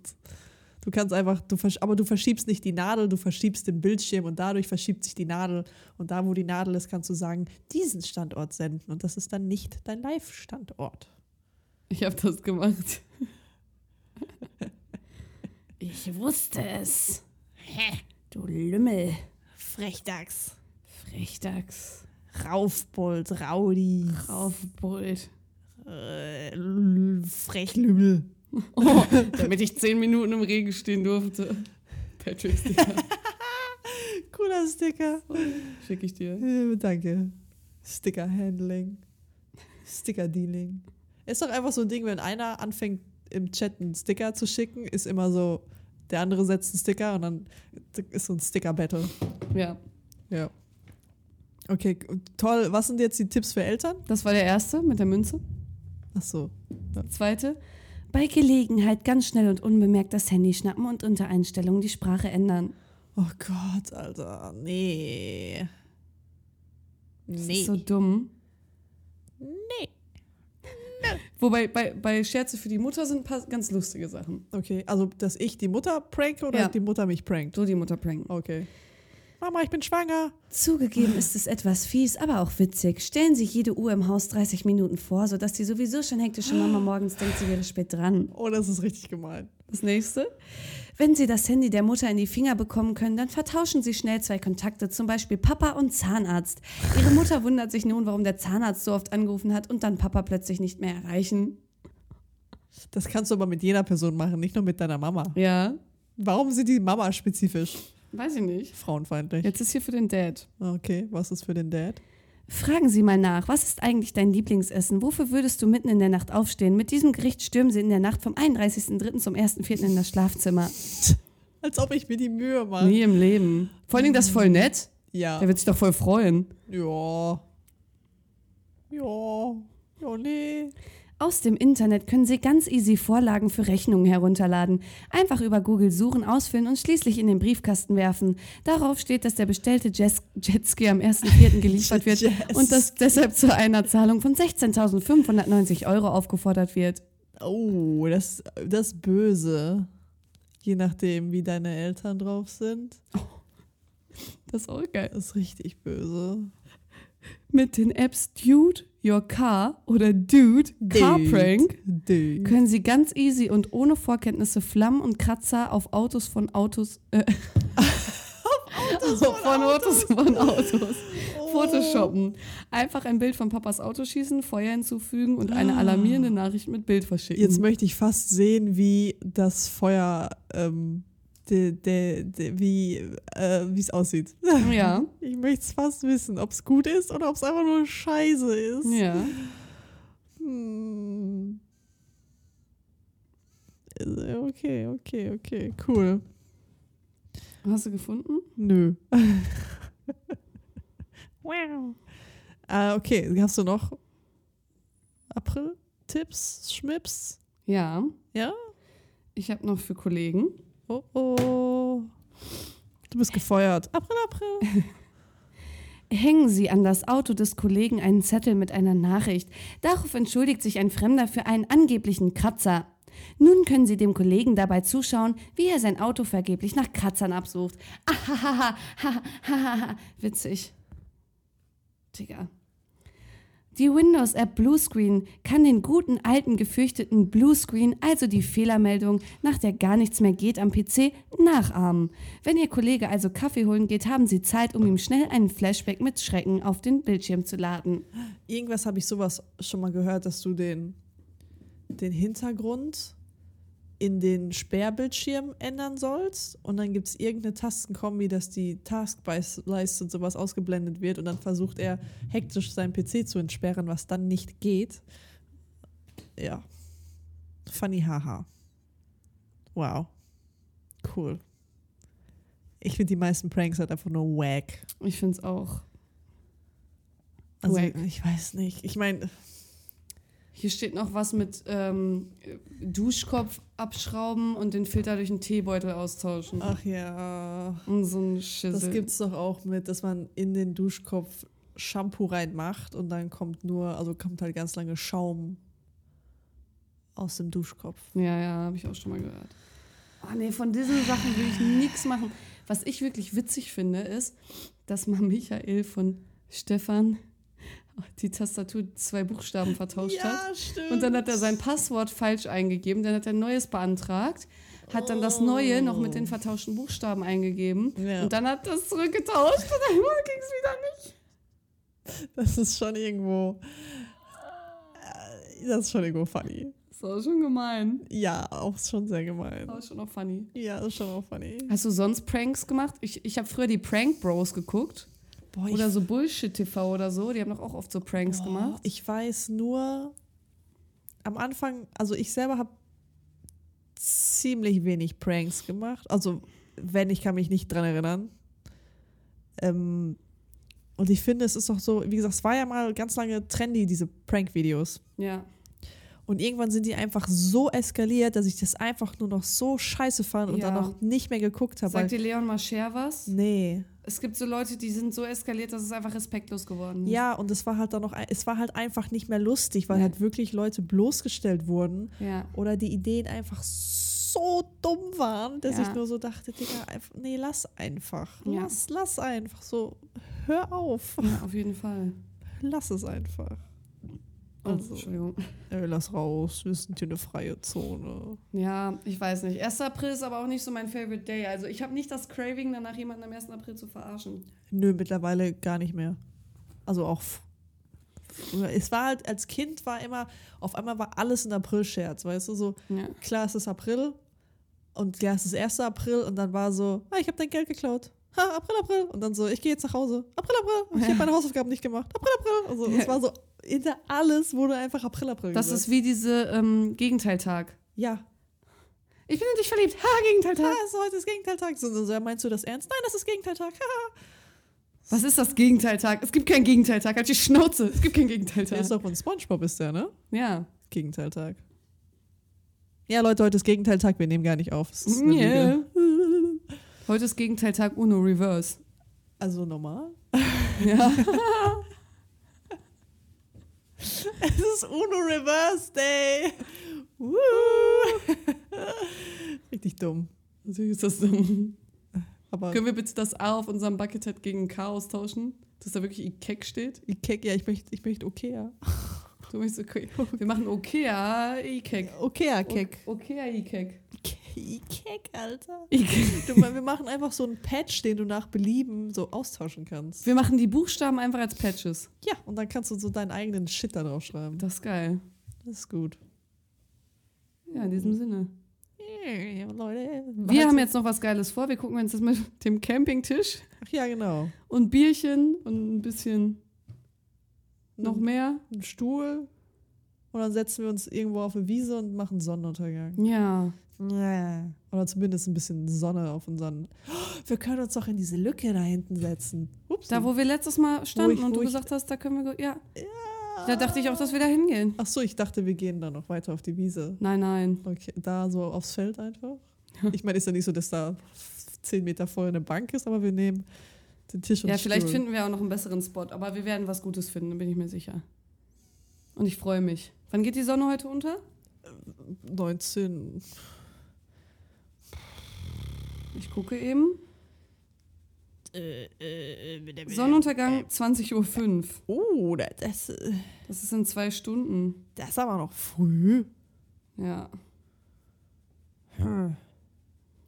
[SPEAKER 4] Du kannst einfach, du versch aber du verschiebst nicht die Nadel, du verschiebst den Bildschirm und dadurch verschiebt sich die Nadel. Und da, wo die Nadel ist, kannst du sagen, diesen Standort senden. Und das ist dann nicht dein Live-Standort.
[SPEAKER 3] Ich habe das gemacht.
[SPEAKER 5] Ich wusste es. Du Lümmel.
[SPEAKER 4] Frechdachs,
[SPEAKER 3] Frechdachs.
[SPEAKER 4] Raufbold, Raudi,
[SPEAKER 3] Raufbold.
[SPEAKER 4] äh, L- Frechlümmel.
[SPEAKER 3] Oh, damit ich zehn Minuten im Regen stehen durfte. Patrick Sticker,
[SPEAKER 4] Cooler Sticker.
[SPEAKER 3] schicke ich dir.
[SPEAKER 4] Äh, danke. Sticker-Handling. Sticker-Dealing. Ist doch einfach so ein Ding, wenn einer anfängt, im Chat einen Sticker zu schicken, ist immer so, der andere setzt einen Sticker und dann ist so ein Sticker-Battle.
[SPEAKER 3] Ja,
[SPEAKER 4] Ja. Okay, g- toll. Was sind jetzt die Tipps für Eltern?
[SPEAKER 3] das war der erste mit der Münze.
[SPEAKER 4] Ach so.
[SPEAKER 3] Zweite,
[SPEAKER 5] Bei Gelegenheit ganz schnell und unbemerkt das Handy schnappen und unter Einstellungen die Sprache ändern.
[SPEAKER 4] Oh Gott, Alter. Nee.
[SPEAKER 3] das
[SPEAKER 4] Nee.
[SPEAKER 3] ist so dumm. Nee. Wobei bei, bei Scherze für die Mutter sind ein paar ganz lustige Sachen.
[SPEAKER 4] Okay, also, dass ich die Mutter pranke oder
[SPEAKER 3] Ja.
[SPEAKER 4] die Mutter mich prankt?
[SPEAKER 3] So die Mutter pranken.
[SPEAKER 4] Okay. Mama, ich bin schwanger.
[SPEAKER 5] Zugegeben ist es etwas fies, aber auch witzig. Stellen Sie jede Uhr im Haus 30 Minuten vor, sodass die sowieso schon hektische Mama morgens denkt, sie wäre spät dran.
[SPEAKER 4] Oh, das ist richtig gemein.
[SPEAKER 3] Das nächste,
[SPEAKER 5] Wenn Sie das Handy der Mutter in die Finger bekommen können, dann vertauschen Sie schnell zwei Kontakte, zum Beispiel Papa und Zahnarzt. Ihre Mutter wundert sich nun, warum der Zahnarzt so oft angerufen hat und dann Papa plötzlich nicht mehr erreichen.
[SPEAKER 4] Das kannst du aber mit jeder Person machen, nicht nur mit deiner Mama.
[SPEAKER 3] ja,
[SPEAKER 4] Warum sind die Mama spezifisch
[SPEAKER 3] weiß ich nicht.
[SPEAKER 4] frauenfeindlich?
[SPEAKER 3] Jetzt ist hier für den Dad.
[SPEAKER 4] Ah, Okay, was ist für den Dad?
[SPEAKER 5] Fragen Sie mal nach, was ist eigentlich dein Lieblingsessen? Wofür würdest du mitten in der Nacht aufstehen? Mit diesem Gericht stürmen Sie in der Nacht vom 31.03. zum 1.04. in das Schlafzimmer.
[SPEAKER 4] Als ob ich mir die Mühe mache.
[SPEAKER 3] Nie im Leben. Vor allen Dingen das ist voll nett.
[SPEAKER 4] Ja.
[SPEAKER 3] Der wird sich doch voll freuen.
[SPEAKER 4] Ja. Ja. Ja, nee.
[SPEAKER 5] Aus dem Internet können Sie ganz easy Vorlagen für Rechnungen herunterladen. Einfach über Google suchen, ausfüllen und schließlich in den Briefkasten werfen. Darauf steht, dass der bestellte Jes- Jetski am 1.4. geliefert wird
[SPEAKER 4] Jetski.
[SPEAKER 5] und dass deshalb zu einer Zahlung von 16.590 Euro aufgefordert wird.
[SPEAKER 4] Oh, das, das ist Böse. Je nachdem, wie deine Eltern drauf sind.
[SPEAKER 3] Das ist auch geil.
[SPEAKER 4] Das ist richtig böse.
[SPEAKER 3] Mit den Apps Dude, Your Car oder Dude, Car Prank
[SPEAKER 4] Dude.
[SPEAKER 5] Können Sie ganz easy und ohne Vorkenntnisse Flammen und Kratzer auf Autos von Autos. Äh, auf Autos von Autos. Photoshoppen. Einfach ein Bild von Papas Auto schießen, Feuer hinzufügen und eine alarmierende Nachricht mit Bild verschicken.
[SPEAKER 4] Jetzt möchte ich fast sehen, wie das Feuer, ähm, de, de, de, wie äh, wie es aussieht.
[SPEAKER 3] ja,
[SPEAKER 4] Ich möchte es fast wissen, ob es gut ist oder ob es einfach nur Scheiße ist.
[SPEAKER 3] ja.
[SPEAKER 4] Hm. Also, Okay, okay, okay, cool.
[SPEAKER 3] Hast du gefunden?
[SPEAKER 4] Nö. wow. Äh, okay, hast du noch April-Tipps, Schmips?
[SPEAKER 3] Ja.
[SPEAKER 4] Ja?
[SPEAKER 3] Ich habe noch für Kollegen.
[SPEAKER 4] Oh oh. Du bist gefeuert. April, April.
[SPEAKER 5] Hängen Sie an das Auto des Kollegen einen Zettel mit einer Nachricht. Darauf entschuldigt sich ein Fremder für einen angeblichen Kratzer. Nun können Sie dem Kollegen dabei zuschauen, wie er sein Auto vergeblich nach Kratzern absucht. Ah, Ahahaha, hahaha, witzig. Digga. Die Windows-App Bluescreen kann den guten alten gefürchteten Bluescreen, also die Fehlermeldung, nach der gar nichts mehr geht am PC, nachahmen. Wenn Ihr Kollege also Kaffee holen geht, haben Sie Zeit, um ihm schnell einen Flashback mit Schrecken auf den Bildschirm zu laden.
[SPEAKER 4] Irgendwas habe ich sowas schon mal gehört, dass du den, den Hintergrund in den Sperrbildschirm ändern sollst und dann gibt es irgendeine Tastenkombi, dass die Taskleiste und sowas ausgeblendet wird und dann versucht er hektisch seinen PC zu entsperren, was dann nicht geht. Ja. Funny haha. Wow. Cool. Ich finde die meisten Pranks halt einfach nur wack.
[SPEAKER 3] Ich finde es auch.
[SPEAKER 4] Also
[SPEAKER 3] Wack.
[SPEAKER 4] ich weiß nicht. Ich meine,
[SPEAKER 3] Hier steht noch was mit ähm, Duschkopf abschrauben und den Filter durch einen Teebeutel austauschen.
[SPEAKER 4] ach ja.
[SPEAKER 3] Und so ein Schissel.
[SPEAKER 4] Das gibt's doch auch mit, dass man in den Duschkopf Shampoo reinmacht und dann kommt nur, also kommt halt ganz lange Schaum aus dem Duschkopf.
[SPEAKER 3] Ja, ja, habe ich auch schon mal gehört. Oh nee, von diesen Sachen will ich nichts machen. Was ich wirklich witzig finde, ist, dass man Michael von Stefan die Tastatur zwei Buchstaben vertauscht hat.
[SPEAKER 4] stimmt.
[SPEAKER 3] Und dann hat er sein Passwort falsch eingegeben, dann hat er ein neues beantragt, hat dann das neue noch mit den vertauschten Buchstaben eingegeben
[SPEAKER 4] Ja.
[SPEAKER 3] und dann hat das zurückgetauscht und dann ging es wieder nicht.
[SPEAKER 4] Das ist schon irgendwo. äh, Das ist schon irgendwo funny.
[SPEAKER 3] Das war schon gemein.
[SPEAKER 4] Ja, auch schon sehr gemein.
[SPEAKER 3] Das war schon auch funny.
[SPEAKER 4] Ja, ist schon auch funny.
[SPEAKER 3] Hast du sonst Pranks gemacht? Ich, ich habe früher die Prank Bros geguckt.
[SPEAKER 4] Boah,
[SPEAKER 3] Oder so Bullshit-TV oder so. Die haben doch auch oft so Pranks
[SPEAKER 4] Boah,
[SPEAKER 3] gemacht.
[SPEAKER 4] Oh, Ich weiß nur, am Anfang, also ich selber habe ziemlich wenig Pranks gemacht. Also, wenn, ich kann mich nicht dran erinnern. Ähm, und ich finde, es ist doch so, wie gesagt, es war ja mal ganz lange trendy, diese Prank-Videos.
[SPEAKER 3] Ja.
[SPEAKER 4] Und irgendwann sind die einfach so eskaliert, dass ich das einfach nur noch so scheiße fand und
[SPEAKER 3] Ja.
[SPEAKER 4] dann noch nicht mehr geguckt habe.
[SPEAKER 3] Sagt
[SPEAKER 4] weil-
[SPEAKER 3] dir Leon mal Cher was?
[SPEAKER 4] Nee.
[SPEAKER 3] Es gibt so Leute, die sind so eskaliert, dass es einfach respektlos geworden ist.
[SPEAKER 4] Ja, und es war halt dann noch, ein- es war halt einfach nicht mehr lustig, weil
[SPEAKER 3] Nee.
[SPEAKER 4] halt wirklich Leute bloßgestellt wurden.
[SPEAKER 3] Ja.
[SPEAKER 4] oder die Ideen einfach so dumm waren, dass
[SPEAKER 3] Ja.
[SPEAKER 4] ich nur so dachte, Digga, einfach, nee, lass einfach.
[SPEAKER 3] Ja.
[SPEAKER 4] Lass, lass einfach. So, hör auf.
[SPEAKER 3] ja. Auf jeden Fall.
[SPEAKER 4] Lass es einfach.
[SPEAKER 3] Oh,
[SPEAKER 4] Also.
[SPEAKER 3] Entschuldigung.
[SPEAKER 4] Ey, lass raus, wir sind hier eine freie Zone.
[SPEAKER 3] Ja, ich weiß nicht. 1. April ist aber auch nicht so mein Favorite Day. Also ich habe nicht das Craving, danach jemanden am 1. April zu verarschen.
[SPEAKER 4] Nö, mittlerweile gar nicht mehr. Also auch. f- früher. Es war halt, als Kind war immer, auf einmal war alles ein April-Scherz, weißt du, so,
[SPEAKER 3] Ja.
[SPEAKER 4] klar, es ist April und ja, es ist 1. April und dann war so, ah, ich habe dein Geld geklaut. Ha, April, April. Und dann so, ich gehe jetzt nach Hause. April, April. Ich habe meine Hausaufgaben nicht gemacht. April, April. Also, es war so, hinter alles wurde einfach April, April.
[SPEAKER 3] Das
[SPEAKER 4] gesagt.
[SPEAKER 3] ist wie diese ähm, Gegenteiltag.
[SPEAKER 4] Ja.
[SPEAKER 3] Ich bin in dich verliebt. Ha, Gegenteiltag.
[SPEAKER 4] Ah, es ist heute ist Gegenteiltag. So, so, so, ja, meinst du das ernst? Nein, das ist Gegenteiltag. Haha.
[SPEAKER 3] Was ist das Gegenteiltag? Es gibt keinen Gegenteiltag. Halt die Schnauze. Es gibt keinen
[SPEAKER 4] Der ist
[SPEAKER 3] Gegenteiltag.
[SPEAKER 4] doch von Spongebob, ist der, ne?
[SPEAKER 3] Ja.
[SPEAKER 4] Gegenteiltag. Ja, Leute, heute ist Gegenteiltag. Wir nehmen gar nicht auf. Es ist eine
[SPEAKER 3] Yeah.
[SPEAKER 4] Lüge.
[SPEAKER 3] Heute ist Gegenteiltag Uno Reverse.
[SPEAKER 4] Also normal.
[SPEAKER 3] Ja.
[SPEAKER 4] Es ist Uno Reverse Day. Woo. Richtig dumm.
[SPEAKER 3] Natürlich ist das dumm.
[SPEAKER 4] Aber
[SPEAKER 3] Können wir bitte das A auf unserem Buckethead gegen K austauschen? Dass da wirklich Ikek steht?
[SPEAKER 4] Ikea, ja, ich möchte, ich möchte Okea.
[SPEAKER 3] Du möchtest okay. Wir machen Okea Ikek.
[SPEAKER 4] Okea, Kek.
[SPEAKER 3] O- Okea Ikek.
[SPEAKER 4] Kek, Alter.
[SPEAKER 3] Ikek.
[SPEAKER 4] Du, wir machen einfach so einen Patch, den du nach Belieben so austauschen kannst.
[SPEAKER 3] Wir machen die Buchstaben einfach als Patches.
[SPEAKER 4] Ja, und dann kannst du so deinen eigenen Shit da drauf schreiben.
[SPEAKER 3] Das ist geil.
[SPEAKER 4] Das ist gut.
[SPEAKER 3] Ja, in diesem Sinne.
[SPEAKER 4] Ja, Leute.
[SPEAKER 3] Wir haben jetzt noch was Geiles vor. Wir gucken uns das mit dem Campingtisch
[SPEAKER 4] Ach ja, genau.
[SPEAKER 3] und Bierchen und ein bisschen noch mehr.
[SPEAKER 4] einen Stuhl. Und dann setzen wir uns irgendwo auf eine Wiese und machen Sonnenuntergang.
[SPEAKER 3] Ja.
[SPEAKER 4] Oder zumindest ein bisschen Sonne auf unseren. Oh, Wir können uns doch in diese Lücke da hinten setzen. Ups.
[SPEAKER 3] Da, wo wir letztes Mal standen
[SPEAKER 4] ich-
[SPEAKER 3] und
[SPEAKER 4] wo
[SPEAKER 3] du
[SPEAKER 4] ich-
[SPEAKER 3] gesagt hast, da können wir. go- Ja. Da dachte ich auch, dass wir da hingehen.
[SPEAKER 4] Ach so, ich dachte, wir gehen da noch weiter auf die Wiese.
[SPEAKER 3] Nein, nein.
[SPEAKER 4] Okay, da so aufs Feld einfach. Ich meine, ist ja nicht so, dass da zehn Meter vorher eine Bank ist, aber wir nehmen den Tisch und
[SPEAKER 3] Ja, vielleicht
[SPEAKER 4] Stuhl.
[SPEAKER 3] finden wir auch noch einen besseren Spot, aber wir werden was Gutes finden, da bin ich mir sicher. Und ich freue mich. Wann geht die Sonne heute unter?
[SPEAKER 4] 19.
[SPEAKER 3] Ich gucke eben. Sonnenuntergang 20.05 Uhr.
[SPEAKER 4] Oh, da- das, äh,
[SPEAKER 3] Das ist in zwei Stunden.
[SPEAKER 4] das ist aber noch früh.
[SPEAKER 3] Ja.
[SPEAKER 4] Hm.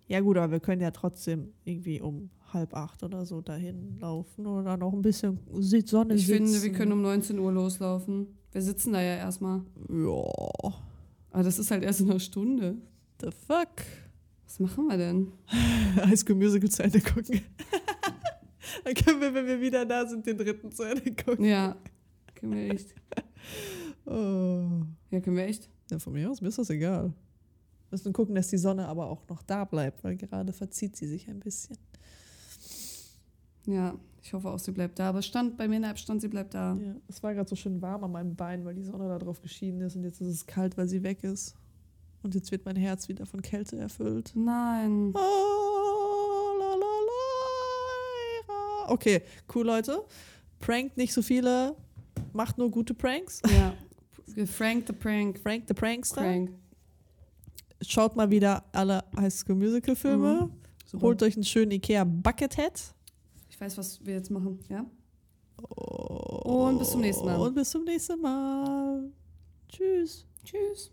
[SPEAKER 4] Ja gut, aber wir können ja trotzdem irgendwie um halb acht oder so dahin laufen oder noch ein bisschen si- Sonne
[SPEAKER 3] Ich
[SPEAKER 4] sitzen.
[SPEAKER 3] finde, wir können um 19 Uhr loslaufen. Wir sitzen da ja erstmal.
[SPEAKER 4] Ja.
[SPEAKER 3] Aber das ist halt erst in einer Stunde.
[SPEAKER 4] The fuck?
[SPEAKER 3] Was machen wir denn?
[SPEAKER 4] High School Musical zu Ende gucken. Dann können wir, wenn wir wieder da sind, den dritten zu Ende gucken.
[SPEAKER 3] Ja, können wir echt.
[SPEAKER 4] Oh.
[SPEAKER 3] Ja, können wir echt.
[SPEAKER 4] Ja, von mir aus, mir ist das egal. Müssen gucken, dass die Sonne aber auch noch da bleibt, weil gerade verzieht sie sich ein bisschen.
[SPEAKER 3] Ja, ich hoffe auch, sie bleibt da. Aber stand bei mir in der Abstand, sie bleibt da.
[SPEAKER 4] Ja, es war gerade so schön warm an meinem Bein, weil die Sonne da drauf geschienen ist und jetzt ist es kalt, weil sie weg ist. Und jetzt wird mein Herz wieder von Kälte erfüllt.
[SPEAKER 3] Nein.
[SPEAKER 4] Ah, la, la, la, la. Okay, cool, Leute. Prankt nicht so viele, macht nur gute Pranks.
[SPEAKER 3] Ja. Frank the Prank.
[SPEAKER 4] Frank the Prankster.
[SPEAKER 3] Frank.
[SPEAKER 4] Schaut mal wieder alle High School Musical
[SPEAKER 3] Mhm.
[SPEAKER 4] Filme. Holt euch einen schönen Ikea Buckethead.
[SPEAKER 3] Ich weiß, was wir jetzt machen, ja?
[SPEAKER 4] Und
[SPEAKER 3] bis zum nächsten Mal.
[SPEAKER 4] Und bis zum nächsten Mal. Tschüss.
[SPEAKER 3] Tschüss.